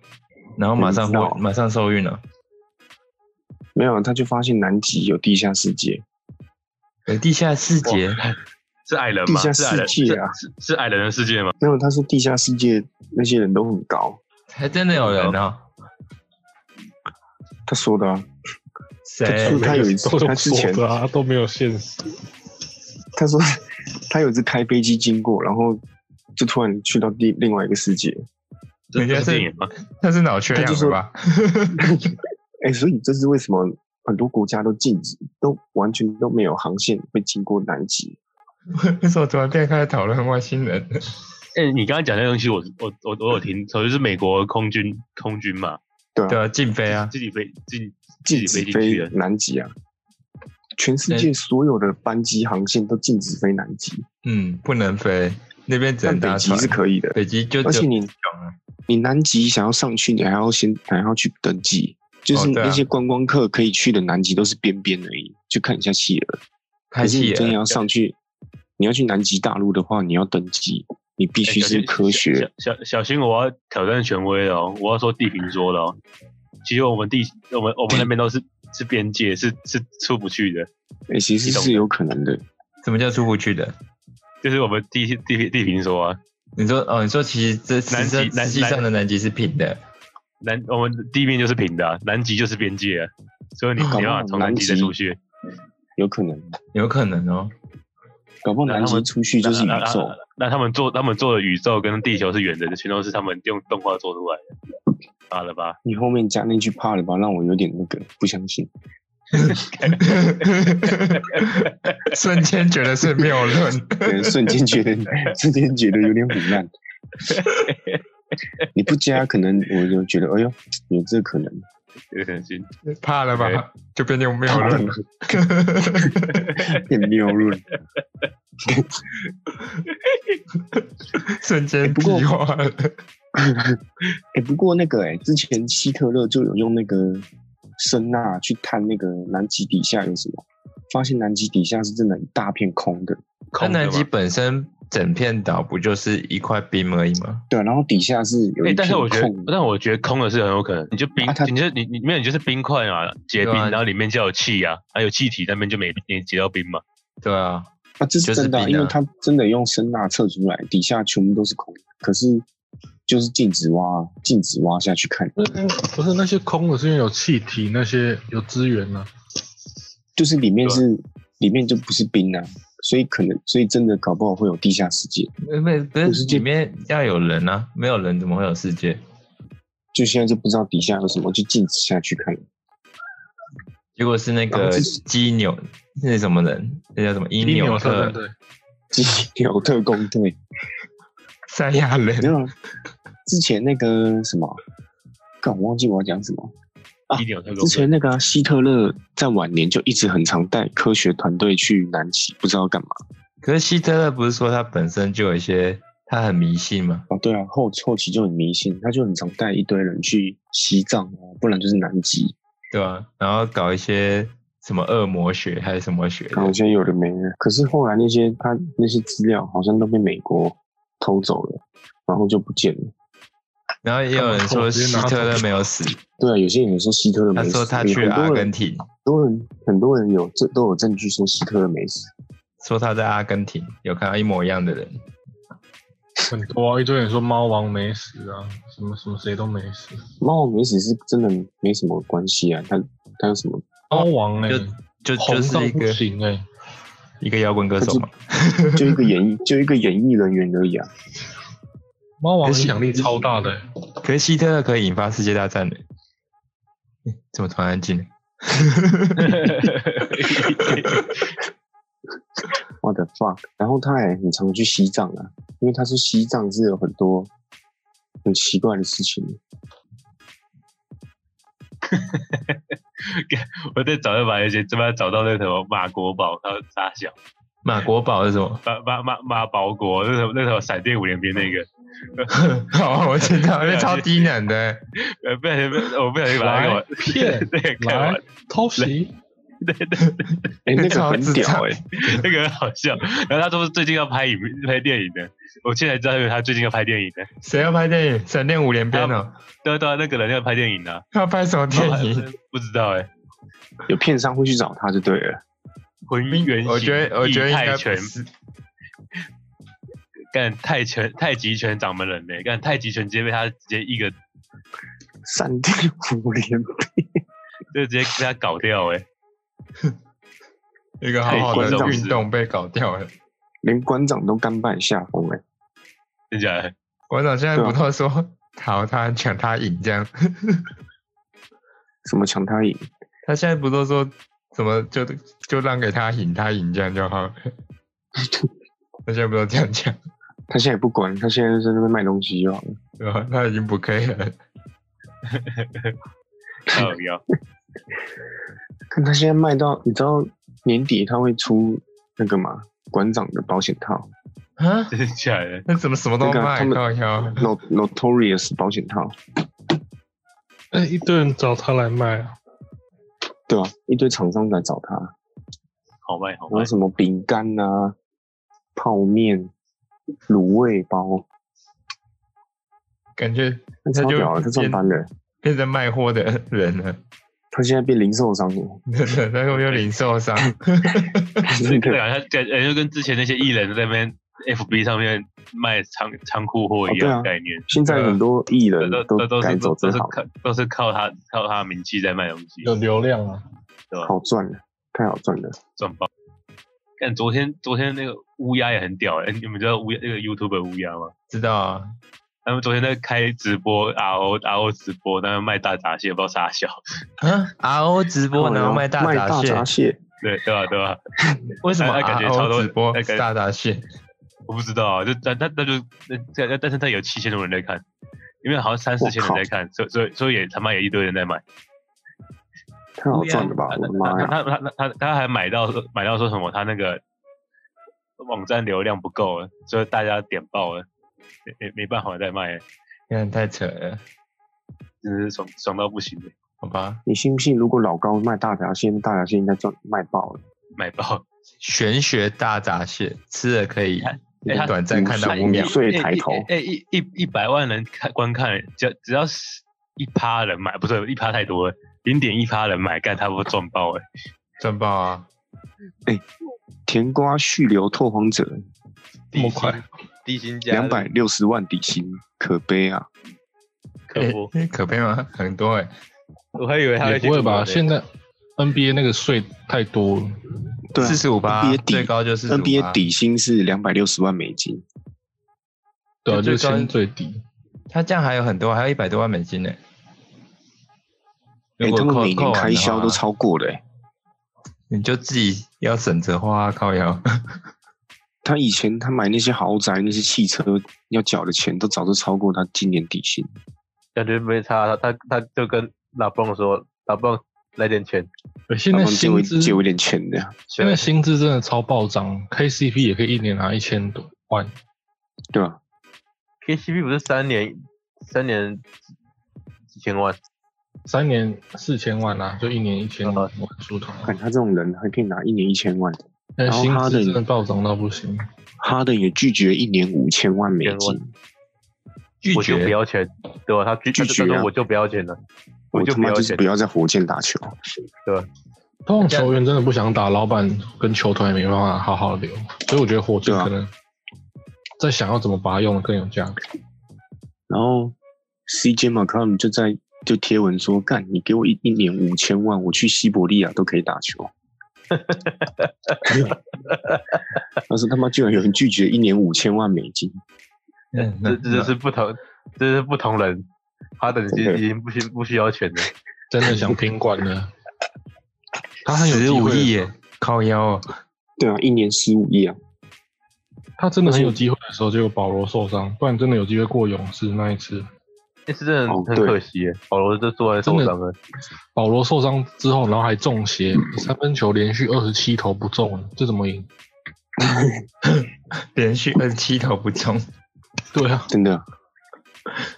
S2: 然后马上
S1: 你知道
S2: 会马上受孕了。
S1: 没有，他就发现南极有地下世界，
S2: 有哎地下世界，
S3: 是矮人
S1: 地
S3: 吗？
S1: 下
S3: 是矮人
S1: 世界啊
S3: 是是是矮人的世界吗？
S1: 没有，他说地下世界那些人都很高，
S2: 还真的有人哦。
S1: 他说的啊。
S2: 谁
S1: 就？他有一次
S4: 都
S1: 他之前
S4: 说的啊，都没有现实。
S1: 他说他有一次开飞机经过，然后就突然去到另另外一个世界。
S3: 这
S2: 人家
S3: 这
S2: 是
S3: 电影吗？
S2: 他是脑缺
S1: 他
S2: 氧
S1: 就说
S2: 了吧？
S1: 哎、所以这是为什么很多国家都禁止，都完全都没有航线会经过南极。
S2: 为什么突然变开始讨论外星人？
S3: 哎、你刚刚讲那东西我，我我我有听，首先是美国空军空军嘛，
S1: 对啊，
S2: 对啊，禁飞啊！
S3: 自己飞自己自
S1: 禁
S3: 己飞
S1: 止
S3: 进去
S1: 飞
S3: 的，
S1: 南极啊！全世界所有的班机航线都禁止飞南极，
S2: 嗯，不能飞，那边只
S1: 但
S2: 能
S1: 北
S2: 搭
S1: 极
S2: 船
S1: 是。可以的。
S2: 北极就啊
S1: 而且
S2: 只有
S1: 你你南极想要上去，你还要先还要去登记，就是
S2: 哦对啊
S1: 那些观光客可以去的南极都是边边而已，去看一下企鹅。
S2: 开
S1: 可是你
S2: 启
S1: 真的要上去，你要去南极大陆的话，你要登记，你必
S3: 哎
S1: 须
S3: 小
S1: 是
S3: 心
S1: 科学。
S3: 小小小心，我要挑战权威了哦，我要说地平说了哦。其实我们地我们我们那边都是是边界，是是出不去的，
S1: 哎、其实
S3: 你懂
S1: 是有可能的。
S2: 什么叫出不去的？
S3: 就是我们地地地平说啊，
S2: 你说哦，你说其实这
S3: 南
S2: 实
S3: 极
S2: 际
S3: 南
S2: 实际上的南极是平的，
S3: 南我们地面就是平的啊、南极就是边界啊、所以你
S1: 搞
S3: 你
S1: 不
S3: 要
S1: 好
S3: 从
S1: 南
S3: 南极再
S1: 极
S3: 出去，
S1: 有可能，
S2: 有可能 哦。
S1: 搞不好
S3: 那
S1: 南
S3: 他
S1: 极
S3: 们
S1: 出去就是宇
S3: 那那
S1: 宙
S3: 那，那他们做他们做的宇宙跟地球是圆的，这全都是他们用动画做出来的。好了吧，
S1: 你后面加那句怕了吧，让我有点那个不相信。
S2: 瞬间觉得是谬 论，
S1: 可能瞬间觉得瞬间觉得有点腐烂。你不加，可能我就觉得，哎呦，有这可能。
S3: 有点心。
S2: 怕了
S3: 对
S2: 吧？就变 成谬论 了。
S1: 变谬论。
S2: 瞬间
S1: 不过
S2: 屁话了。
S1: 哎、不过那个哎、之前希特勒就有用那个声呐去探那个南极底下有什么，发现南极底下是真的一大片空的。
S2: 那
S3: 空的
S2: 南极
S3: 嘛。
S2: 本身整片岛不就是一块冰而已吗？
S1: 对啊，然后底下是有
S3: 哎、
S1: 一片空的。
S3: 但是我觉得，但我觉得空的是很有可能，你就冰，
S1: 啊它
S3: 你就你你没有，你就是冰块嘛，结冰，
S2: 对啊
S3: 然后里面就有气啊，还有气体，那边就没你结到冰嘛。
S2: 对啊，
S1: 啊，这是
S2: 就是
S1: 真的啊、
S2: 冰
S1: 因为
S2: 啊
S1: 他真的用声呐测出来，底下全部都是空的，可是就是禁止挖啊，禁止挖下去看，
S4: 那那不是那些空的，是因为有气体，那些有资源啊呢、
S1: 就是里面
S3: 对啊
S1: 是里面就不是冰啊，所以可能所以真的搞不好会有地下世界，
S2: 没没不
S1: 不
S2: 是
S1: 是这
S2: 里面要有人啊，没有人怎么会有世界？
S1: 就现在就不知道底下有什么，就禁止下去 看。
S2: 结果是那
S1: 然
S2: 个
S1: 后就是
S2: 基纽，那是什么人？那叫什么伊
S4: 一
S2: 纽
S4: 纽
S2: 特
S4: 特对，
S1: 基纽特工队
S2: 塞亚
S1: 没
S2: 人？
S1: 有啊之前那个什么，干我忘记我要讲什么。啊
S3: 一定有特工
S1: 之前那个啊、希特勒在晚年就一直很常带科学团队去南极，不知道干嘛。
S2: 可是希特勒不是说他本身就有一些，他很迷信吗？
S1: 哦，对啊，后后期就很迷信，他就很常带一堆人去西藏啊，不然就是南极，
S2: 对啊，然后搞一些什么恶魔学还是什么学的
S1: 然后现在有的没了。可是后来那些他那些资料好像都被美国偷走了，然后就不见了。
S2: 然后也有人说希特勒没有死，
S1: 对啊，有些人说希特勒
S2: 他
S1: 没死，
S2: 说他去
S1: 很
S2: 了阿
S1: 多
S2: 根
S1: 人
S2: 廷，
S1: 很多人很多人有这都有证据说希特勒没死。
S2: 说他在阿根廷有看到一模一样的人，
S4: 很多啊，一堆人说猫王没死啊，什么什么谁都没死，
S1: 猫没死是真的没什么关系啊，他他有什么？
S4: 猫王哎、
S2: 哦就就
S4: 欸，红
S2: 就
S4: 到
S2: 是一
S4: 不
S2: 个
S4: 行哎、
S2: 一个摇滚歌手嘛。
S1: 就一个演艺 就一个演艺人员而已啊。
S4: 猫王
S2: 可是
S4: 影响力超大的、欸，
S2: 可是希特勒可以引发世界大战的，诶怎么突然安静了？
S1: What the fuck？然后他也很常去西藏啊，因为他说西藏是有很多很奇怪的事情。
S3: 我在找一把一些，怎么找到那个什么马国宝，他大小
S2: 马国宝是什么？
S3: 马马马马保国，那什么那什么闪电五连鞭那个，
S2: 好，啊我知道，那超低能的、
S3: 呃，不小心，我不小心把那个
S4: 来 骗
S3: 那个看
S4: 来
S3: 完，
S4: 偷袭，
S1: 哎、那个很屌哎、
S3: 那个很好笑。然后他说最近要拍影 拍电影的，我现在知道他最近要拍电影的，
S2: 谁要拍电影？闪电五连鞭哦、
S3: 对啊对啊，那个人要拍电影的、 啊，
S2: 他要拍什么电
S3: 然后
S2: 影？
S3: 还不知道哎、
S1: 有片商会去找他就对了。
S3: 浑圆形
S2: 我觉得，我觉得
S3: 异
S2: 应
S3: 泰
S2: 该
S3: 拳
S2: 不是
S3: 干太拳太极拳掌门人呢、干太极拳直接被他直接一个，
S1: 闪电五连
S3: 就直接给他搞掉哎、
S2: 一个好好
S1: 太观
S2: 的
S1: 众
S2: 运动被搞掉了。
S1: 连馆长都甘拜下风哎、
S3: 真假的？
S2: 馆长现在
S1: 对啊
S2: 不透说，好，他抢他赢这样。
S1: 什么抢他赢？
S2: 他现在不都说什么就就让给他赢，他赢这样就好了。他现在不都这样讲，
S1: 他现在也不管，他现在就在那边卖东西就好了。
S2: 对吧？他已经不 care 了。
S3: 要不要？
S1: 看他现在卖到，你知道年底他会出那个嘛馆长的保险套
S2: 啊？
S3: 真的假的？
S2: 那怎么什么都
S1: 那个啊
S2: 卖？
S1: 他们
S2: 靠腰，
S1: ，No Notorious 保险套，
S4: 哎、一堆人找他来卖啊，
S1: 对吧、一堆厂商来找他，
S3: 好卖好
S1: 然
S3: 卖
S1: 后，什么饼干啊、泡面、卤味包，
S2: 感觉
S1: 那
S2: 他
S1: 超
S2: 就
S1: 屌了，他赚
S2: 变
S1: 翻了。
S2: 变成卖货的人了，
S1: 他现在变零售商了，
S2: 真的，那个又零售商，
S1: 真
S3: 对啊
S1: 的
S3: 啊，他感感觉就跟之前那些艺人在那边 FB 上面卖仓仓库货一
S1: 哦对啊
S3: 样的概念，
S1: 现在
S3: 对啊
S1: 很多艺人
S3: 都
S1: 都
S3: 都都
S1: 改
S3: 是
S1: 走
S3: 都
S1: 这
S3: 是
S1: 行，
S3: 靠都是靠他靠他名气在卖东西，
S4: 有流量啊，
S3: 对吧？
S1: 好赚了，太好赚了。
S3: 赚爆！但昨天昨天那个乌鸦也很屌哎、你们知道乌鸦那个 YouTube 乌鸦吗？
S2: 知道啊，
S3: 他们昨天在开直播，RO RO 直播，那边卖大闸蟹，不知道啥小，
S2: 啊，RO 直播然后卖大
S1: 哎卖
S2: 闸蟹
S1: 闸，蟹，
S3: 对对吧、对吧、
S2: 为什么
S3: 哎哎感觉超
S2: RO
S3: 多
S2: 直播
S3: 哎感觉
S2: 大闸蟹？
S3: 我不知道啊，就但但那就那但但是他有七千多人在看，因为好像三四千人在看，所以所以所以也他妈也一堆人在买。
S1: 太
S2: ，Oh
S1: 好哦赚了吧！我的妈
S3: 他
S1: 呀，
S3: 他他他他他还买到说买到说什么？他那个网站流量不够了，所以大家点爆了，没没没办法再卖了，
S2: 看太扯了，
S3: 真是爽爽到不行了，
S2: 好吧？
S1: 你信不信？如果老高卖大闸蟹，大闸蟹应该赚卖爆了。
S3: 买 爆。
S2: 玄学大闸蟹，吃了可以
S3: 哎他
S2: 短暂看到五秒
S1: 五，岁抬头，
S3: 哎、一一一百万人看观看，只要只要是一趴人买，不是一趴太多了，零点一趴人买，干他不赚爆
S5: 欸
S3: 了。
S2: 赚爆啊！
S1: 甜瓜续留拓荒者，
S4: 这么快，
S5: 低薪价
S1: 两百六十万底薪，可悲啊！
S3: 可不，
S2: 哎可悲吗？很多哎，
S5: 我还以为他
S4: 也
S5: 会
S4: 不会吧？
S5: 先
S4: 现在 NBA 那个税太多了，
S1: 对啊
S2: 四十五趴
S1: NBA，底
S2: 最高就是
S1: ，NBA 底薪是两百六十万美金，
S4: 对啊，
S2: 就
S4: 就
S2: 最
S4: 是
S2: 高
S4: 薪最低。
S2: 他这样还有很多，还有一百多万美金呢。
S1: 哎、
S2: 如果
S1: 他
S2: 扣
S1: 们每
S2: 扣
S1: 年
S2: 完的
S1: 开销都
S2: 话
S1: 超过了、欸。
S2: 你就自己要省着花，靠腰。
S1: 他以前他买那些豪宅、那些汽车要缴的钱，都早就超过他今年底薪。
S5: 感觉没差，他他他就跟老蹦说，老蹦来点钱，
S4: 对，现
S1: 他
S4: 在
S1: 们借我
S4: 薪资
S1: 借我一点钱的，
S4: 现在薪资真的超暴涨，KCP 也可以一年拿一千多万，
S1: 对吧、
S5: KCP 不是三年三年几千万，
S4: 三年四千万啦、就一年一千
S1: 哦
S4: 万
S5: 啊
S4: 出头。
S1: 看他这种人还可以拿一年一千万，
S4: 但
S1: 然后
S4: 薪
S1: 哈
S4: 资
S1: 登
S4: 真的暴涨到不行，
S1: 哈登也拒绝一年五千万美
S5: 千
S1: 金，
S2: 拒
S5: 我就不
S2: 绝，
S5: 要钱，对吧？他拒
S1: 拒
S5: 他
S1: 绝啊
S5: 就说我就不要钱了，我就不
S1: 他妈
S5: 要
S1: 就是
S5: 钱
S1: 不，要在火箭打球。
S4: 通常球员真的不想打，老板跟球团也没办法好好留，所以我觉得火箭
S1: 对啊
S4: 可能在想要怎么把它用的更有价值。
S1: 然后 CJ McCollum 就在就贴文说：“干，你给我一一年五千万，我去西伯利亚都可以打球。” 但是他妈居然有人拒绝一年五千万美金，
S2: 嗯，那
S5: 这这就是不同，这是不同人，他等级已经不需不需要钱了，
S4: 真的想拼冠了，
S2: 嗯
S4: 他很有机
S2: 十五
S4: 会
S2: 亿
S4: 的，
S2: 耶，靠腰哦。
S1: 对啊，一年十五亿啊，
S4: 他真的很有机会的时候，就有保罗受伤，不然真的有机会过勇士那一次。
S5: 那是真的
S1: 哦
S5: 很
S1: 对
S5: 可惜耶，保罗这突然受伤了，
S4: 保罗受伤之后，然后还中邪，三分球连续二十七投不中，这怎么赢？
S2: 连续二十七投不中，
S4: 对啊，
S1: 真的。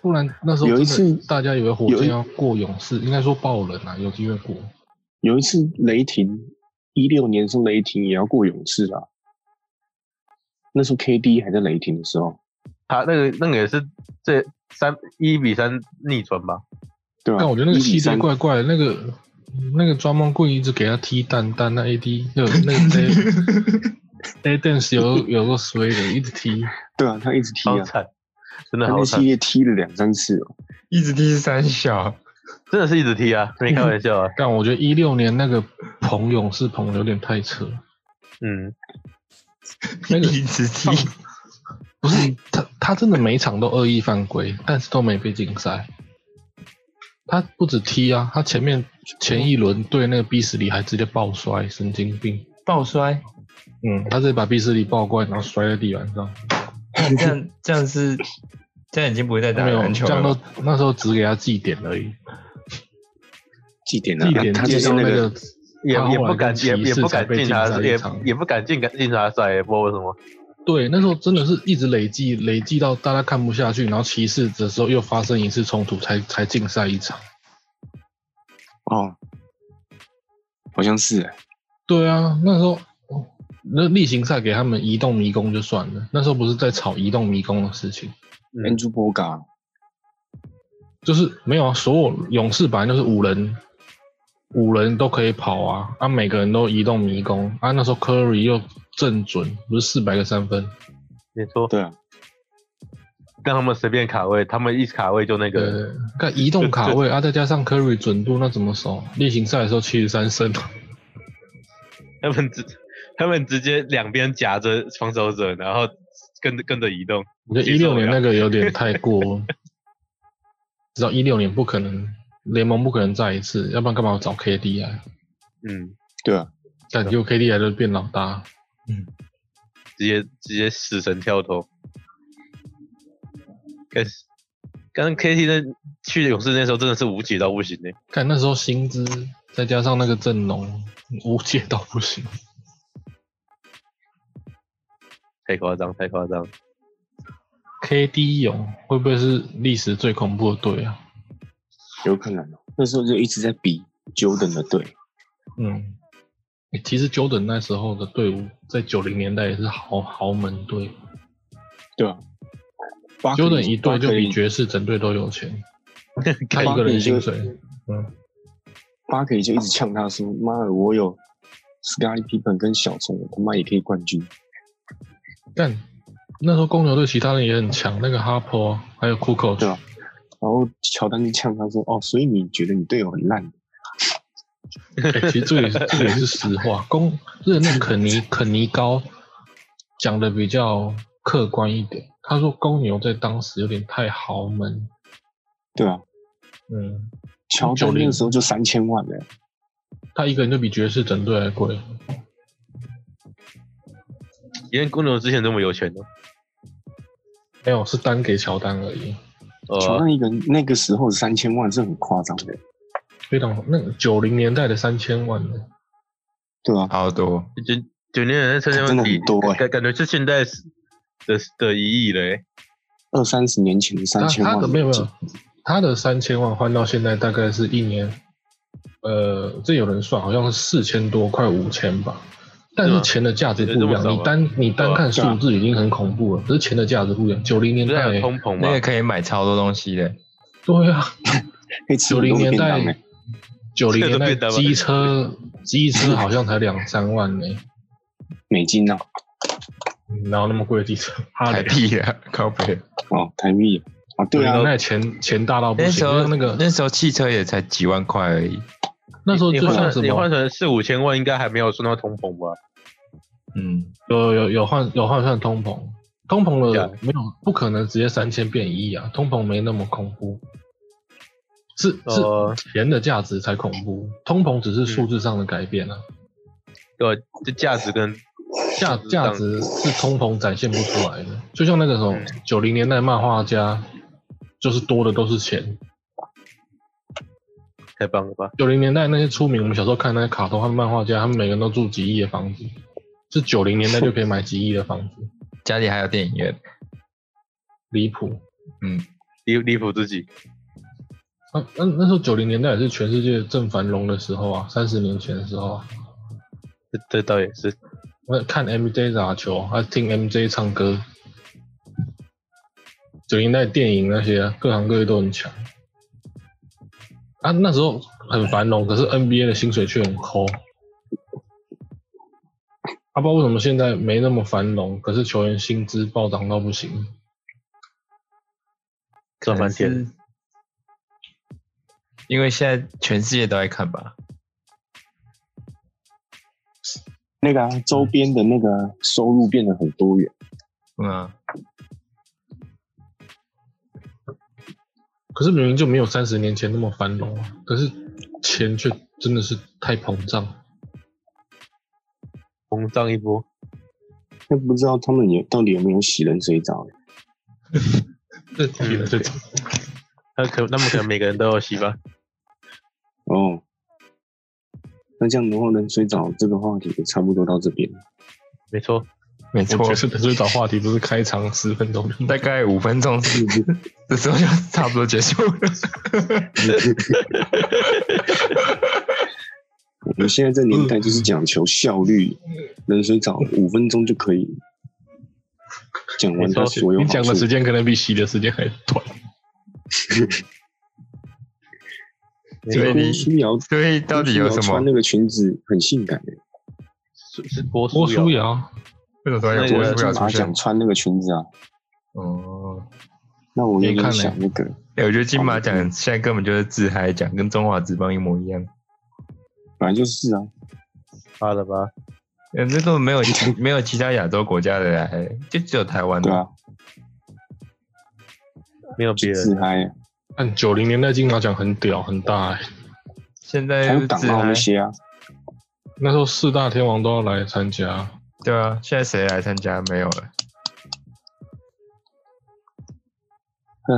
S4: 不然那时候
S1: 有一
S4: 真的
S1: 次
S4: 大家以为火
S1: 有
S4: 箭
S1: 一
S4: 要过勇士，应该说爆冷啊，有机会过。
S1: 有一次雷霆一六年是雷霆也要过勇士啦，那时候 KD 还在雷霆的时候，
S5: 他那个那个也是这三一比三逆转吧，
S1: 对吧、啊？
S4: 但我觉得那个
S1: 1比
S4: 系列
S1: 3
S4: 怪怪的，那个那个专门棍一直给他踢蛋蛋，啊那 AD 那个那个 A d a n c e 有有个衰的，一直踢。
S1: 对啊，他一直踢
S4: 哦
S5: 好
S1: 啊，
S5: 惨，真
S1: 他
S5: 的好
S1: 那系
S5: 惨，
S1: 列踢了两三次哦。
S2: 一直踢三小，
S5: 真的是一直踢啊，没开玩笑啊，
S4: 但我觉得一六年那个彭勇士彭有点太扯，
S5: 嗯，
S4: 那个
S2: 一直踢，
S4: 不是
S1: 嗯
S4: 他他真的每场都恶意犯规，但是都没被禁赛。他不止踢啊，他前面前一轮对那个比斯利还直接爆摔，神经病。
S2: 爆摔，
S4: 嗯，他直接把比斯利抱过来，然后摔在地板上。
S2: 这样这样是，这样已经不会
S1: 啊
S2: 再打
S4: 没有，
S2: 篮球
S4: 这样
S2: 了
S4: 都
S2: 吧。
S4: 那时候只给他祭点而已，
S1: 祭典啊
S4: 祭，点
S1: 他
S4: 接
S1: 就是
S4: 到
S1: 那
S4: 那
S1: 个
S4: 个
S5: 也
S4: 他
S5: 也
S4: 后来
S5: 不敢
S4: 跟骑
S5: 也也
S4: 士
S5: 不
S4: 才
S5: 敢
S4: 被
S5: 进
S4: 禁
S5: 他
S4: 赛一
S5: 也
S4: 场
S5: 也不敢进进他赛，也不知道为什么，
S4: 对，那时候真的是一直累积累积到大家看不下去，然后骑士的时候又发生一次冲突才才禁赛一场。
S1: 哦，好像是欸
S4: 对啊，那时候哦那例行赛给他们移动迷宫就算了，那时候不是在炒移动迷宫的事情，
S5: 嗯
S1: Andrew Boga，
S4: 就是没有啊，所有勇士本来就是五人，五人都可以跑啊，啊每个人都移动迷宫啊，那时候 Curry 又正准，不是四百个三分，
S5: 你说
S1: 对啊，
S5: 让他们随便卡位，他们一卡位就那个，
S4: 呃，看移动卡位啊，再加上 Curry 准度，那怎么守？例行赛的时候七十三胜，
S3: 他们直他们直接两边夹着防守者，然后跟着跟着移动。
S4: 我觉得一
S3: 接受
S4: 六
S3: 不
S4: 年
S3: 了
S4: 那个有点太过，知道一六年不可能，联盟不可能再一次，要不然干嘛找啊 KD 来？
S3: 嗯，
S1: 对啊，
S4: 但有 KD 来就变老大，
S3: 直接直接死神跳投。跟刚刚 KT 那去勇士那时候真的是无解到不行呢、
S4: 看那时候薪资再加上那个阵容，无解到不行。
S3: 太夸张，太夸张。
S4: KD 勇会不会是历史最恐怖的队啊？
S1: 有可能哦。那时候就一直在比 Jordan 的队，
S4: 嗯，欸其实 Jordan 那时候的队伍在九零年代也是豪豪门队
S1: 对啊。巴克利
S4: ，Jordan 一队
S1: 巴
S4: 就比
S1: 克利
S4: 爵士整队都 有钱，他一个人薪水，嗯，
S1: 巴克利就一直呛他说：“妈的，我有 Scottie Pippen 跟小虫，我他妈也可以冠军。
S4: 但那时候公牛队其他人也很强，那个哈珀啊还有库口，
S1: 对啊”然后乔丹就呛他说：“哦，所以你觉得你队友很烂
S4: 欸其实这也是这也是实话。公就是那肯尼肯尼高讲的比较客观一点，他说公牛在当时有点太豪门，？”
S1: 对啊，
S4: 嗯，
S1: 乔丹那个时候就三千万了，
S4: 他一个人就比爵士整队还贵。
S3: 连公牛之前这么有钱哦呢、
S4: 没有，是单给乔丹而已。啊
S1: 乔
S3: 哦，
S1: 丹一个人那个时候三千万是很夸张的，
S4: 非常那九零年代的三千万的，
S1: 对啊，
S2: 好多，
S3: 九九零年代参加
S1: 真的很
S3: 比
S1: 多欸
S3: 感感觉是现在的的一亿了、欸。
S1: 二三十年前的
S4: 他
S1: 三千
S4: 他
S1: 万
S4: 的
S1: 美金，
S4: 没有没有，他的三千万换到现在大概是一年，呃，这有人算好像是四千多，快五千吧。但
S3: 对
S4: 是
S3: 啊
S4: 钱的价值不一
S3: 这么
S4: 样，
S3: 少
S4: 你
S3: 吗
S4: 单你单看
S1: 对啊
S4: 数字已经很恐怖了，可是钱的价值不一样。九零年
S3: 不是还
S4: 代
S3: 有，通膨
S2: 那个
S3: 吗？
S2: 可以买超多东西的。
S4: 对啊，
S1: 可以吃
S4: 九
S1: 很
S4: 零
S1: 多的
S4: 年
S1: 便当
S4: 代
S1: 欸，
S4: 九零 年
S3: 这个
S4: 代
S3: 便当吧
S4: 机车机车好像才两三万呢、
S1: 美金啊，
S4: 哪有那么贵的机车？哈
S2: 台
S4: 雷，
S2: 币啊，靠背。
S1: 哦，台币啊，对
S4: 九零
S1: 啊
S4: 年，代钱钱大到不
S2: 那
S4: 行，
S2: 时
S4: 就
S2: 候
S4: 像那个
S2: 那时候汽车也才几万块而已。
S4: 那时候
S3: 你
S4: 就
S3: 换
S4: 像什
S3: 成你
S4: 么
S3: 换成四五千万，应该还没有算到通膨吧？
S2: 嗯，
S4: 有有有换有换算通膨，通膨
S3: 假
S4: 了
S3: 的
S4: 没有？不可能直接三千变一亿啊！通膨没那么恐怖，是
S3: 呃嗯
S4: 是钱的价值才恐怖，通膨只是数字上的改变啊，
S3: 对，这价值跟
S4: 价
S3: 是这样
S4: 价值是通膨展现不出来的。就像那个什么
S3: 嗯
S4: 九零年代漫画家，就是多的都是钱。
S3: 太棒了吧？
S4: 九零年代那些出名，我们小时候看那些卡通和漫画家，他们每个人都住几亿的房子，是九零年代就可以买几亿的房子，
S2: 家里还有电影院。
S4: 离谱。
S2: 嗯，
S3: 离离谱自己，
S4: 那那那时候九零年代也是全世界正繁荣的时候啊，三十年前的时候啊，
S3: 这这倒也是。
S4: 那看 MJ 打球，啊还、听 MJ 唱歌，九零年代电影那些啊、各行各业都很强啊。那时候很繁荣，可是 NBA 的薪水却很抠。啊，不知道为什么现在没那么繁荣，可是球员薪资暴涨到不行。
S3: 赚翻天
S2: 可能是。因为现在全世界都在看吧，
S1: 那个、啊、周边的那个收入变得很多元，
S2: 嗯、啊，
S4: 可是明明就没有三十年前那么繁荣啊，可是钱却真的是太膨胀。
S3: 膨胀一波，
S1: 那不知道他们有到底有没有洗冷水澡、欸？
S4: 这题了，这题
S3: 那可那么可能每个人都有洗吧？
S1: 哦，那这样的话，冷水澡这个话题也差不多到这边。
S3: 没错，
S2: 没
S4: 我
S2: 错
S4: 觉，得最早话题不是开场十分钟就
S2: 大概五分钟的时候就差不多结束了。
S1: 我们现在这年代就是讲求效率，冷水澡五分钟就可以讲完它所有
S4: 你
S1: 好
S4: 讲的
S1: 处
S4: 时。间可能比洗的时间还短。
S2: 所以
S1: 郭
S2: 你
S1: 书瑶
S2: 所以到底有
S1: 郭
S2: 什
S1: 书瑶穿
S2: 么？
S1: 那个裙子很性感、欸，
S3: 是是波
S4: 郭
S3: 叔
S4: 书
S3: 瑶，
S4: 瑶，
S2: 为什么突然
S5: 那
S2: 有
S5: 个
S2: 国
S1: 我
S2: 师
S1: 有
S2: 不要
S1: 金
S2: 出
S1: 马
S2: 现
S1: 奖？穿那个裙子啊，
S2: 哦，
S1: 那我有
S4: 没
S1: 点
S4: 看嘞
S1: 想那个，
S2: 哎、我觉得金
S1: 哦
S2: 马奖现在根本就是自嗨奖，跟中华职棒一模一样。
S1: 本来就是啊，
S5: 好了吧，
S2: 呃，那根本没 有其没有其他亚洲国家的来，就只有台湾
S1: 对
S2: 的。
S1: 啊，
S5: 没有别
S1: 就自
S5: 人，
S1: 嗨啊，
S4: 但九零年代金马奖很屌很大、欸，
S2: 现
S1: 还
S2: 在就
S1: 有
S2: 是
S1: 港
S2: 自
S1: 澳
S2: 嗨
S1: 那，些啊，
S4: 那时候四大天王都要来参加。
S2: 对啊，现在谁来参加？没有了。
S1: 啊，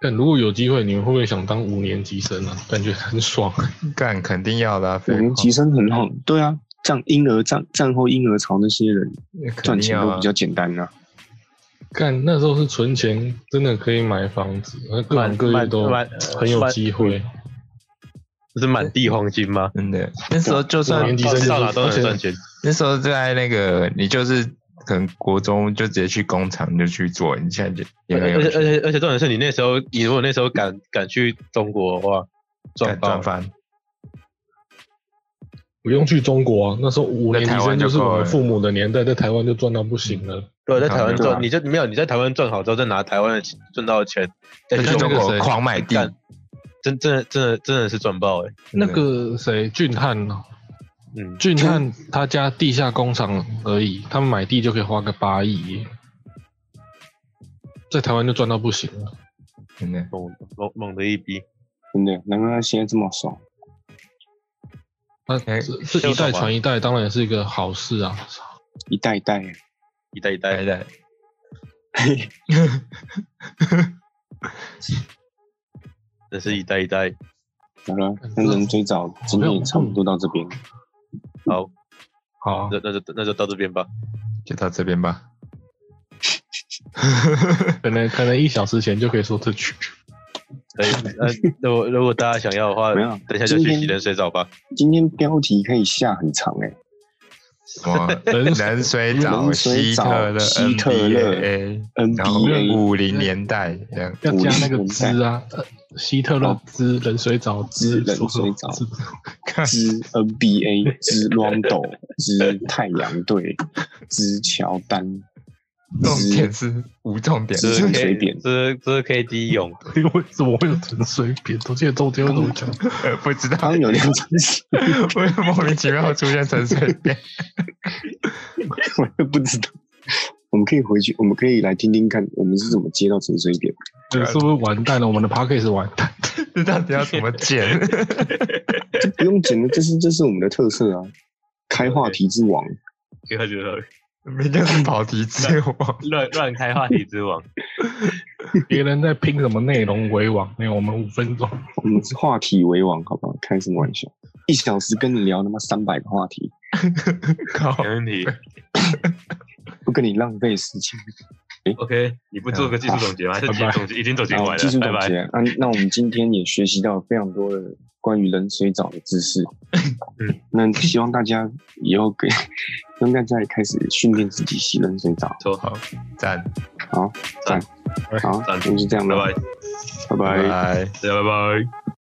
S4: 但如果有机会，你们会不会想当五年级生啊？感觉很爽、
S2: 干肯定要的、啊，
S1: 五
S2: 废
S1: 年
S2: 话
S1: 级生很好，对啊，像婴儿战战后婴儿潮那些人
S2: 肯
S1: 赚
S2: 定
S1: 钱
S2: 要
S1: 都
S2: 啊
S1: 比。较简单啊，
S4: 干那时候是存钱，真的可以买房子，那各行
S5: 满
S4: 各业
S5: 满
S4: 都
S5: 满
S4: 很有
S5: 满
S4: 机会。
S1: 嗯
S5: 不是满地黄金吗？
S2: 真的，那时
S1: 啊
S2: 候就算
S4: 五年级生就是
S3: 到哪都
S4: 而
S3: 能
S4: 且
S3: 赚钱。
S2: 那时候在那个，你就是可能国中就直接去工厂就去做，你 现在就也
S5: 而
S2: 没
S5: 且
S2: 有
S5: 而且而且而且重点是你那时候，你如果那时候敢敢去中国的话，赚
S2: 干
S5: 爆
S2: 赚。翻。
S4: 不用去中国啊，那时候五年级生就是我们父母的年代，在台湾就赚到不行了。
S5: 对，在台湾
S1: 对啊
S5: 赚，你就没有你在台湾赚好之后，再拿台湾的钱赚到的钱再
S2: 就
S5: 去
S2: 去中
S5: 中国
S2: 国狂买地，
S5: 干，真真的真的真的是赚爆哎、
S4: 那个谁，俊汉哦，
S5: 嗯，
S4: 俊汉他家地下工厂而已，他们买地就可以花个八亿耶，在台湾就赚到不行了。
S2: 真的
S5: 猛猛猛的一逼，
S1: 真的，难怪他现在这么爽，
S4: 那
S2: 哎
S4: 这这一代传一代，当然也是一个好事啊。
S1: 一代一代，
S5: 一代一代
S2: 对，对，
S5: 真是一代一代。
S1: 好了，那人最早今天也差不多到这边，
S5: 好，
S4: 好啊，
S5: 那那就那就到这边吧。
S2: 就到这边吧。
S4: 可能可能一小时前就可以说这 句。
S5: 可以，呃，如果如果大家想要的话，
S1: 没有
S5: 等一下就去
S1: 今天
S5: 洗冷水澡吧。
S1: 今天标题可以下很长哎，
S2: 什么哦冷水澡、
S1: 冷水
S2: 希
S1: 澡
S2: 特勒、
S1: 希特勒
S2: NBA，然后
S1: NBA
S2: 五零年代这样。
S4: 要加那个汁啊，呃希特勒汁、冷水澡汁、
S1: 汁哦冷水澡
S4: 汁
S2: 看
S1: 之 NBA 之 Rondo 之太阳队之乔丹
S2: 重
S1: 之
S2: 点是无重点，
S1: 只是
S5: 这是
S1: 随便
S5: K- 这是这是 K D 勇，
S4: 为什么会有陈水扁？我记得中间为什么 讲？
S2: 呃不知道
S1: 刚有两张纸，
S2: 为什 么莫名其妙会出现陈水扁。
S1: 我也 不知道。我们可以回去，我们可以来听听看，我们是怎么接到陈水扁。
S4: 对，是不是完蛋了？我们的 p a c k a g e 完 蛋。
S2: 这到底要怎么剪？
S1: 这不用剪的，这是这是我们的特色啊！开话题之王，
S3: 给他觉得
S2: 明天是跑题之王，
S3: 乱乱开话题之王，
S4: 别人在拼什么内容为王？没有，我们五分钟。
S1: 我们是话题为王，好不好？开什么玩笑？一小时跟你聊他妈三百个话题，
S2: 靠！
S3: 没 问题。
S1: 不跟你浪费时间。
S3: OK，你不做个技术总结吗？还是
S4: 好
S3: 技术总结已经走进
S1: 好，
S3: 完
S1: 技术
S3: 了？
S1: 总
S3: 拜拜
S1: 结。啊！那我们今天也学习到非常多的关于冷水澡的知识。嗯，那希望大家以后 可以应该再开始训练自己洗冷水澡。
S3: 错，好，
S2: 赞，
S1: 好，赞，好，
S3: 赞
S1: 那就这样
S3: 拜
S1: 了，拜
S3: 拜，
S1: 拜
S2: 拜。拜。
S3: 大家拜拜。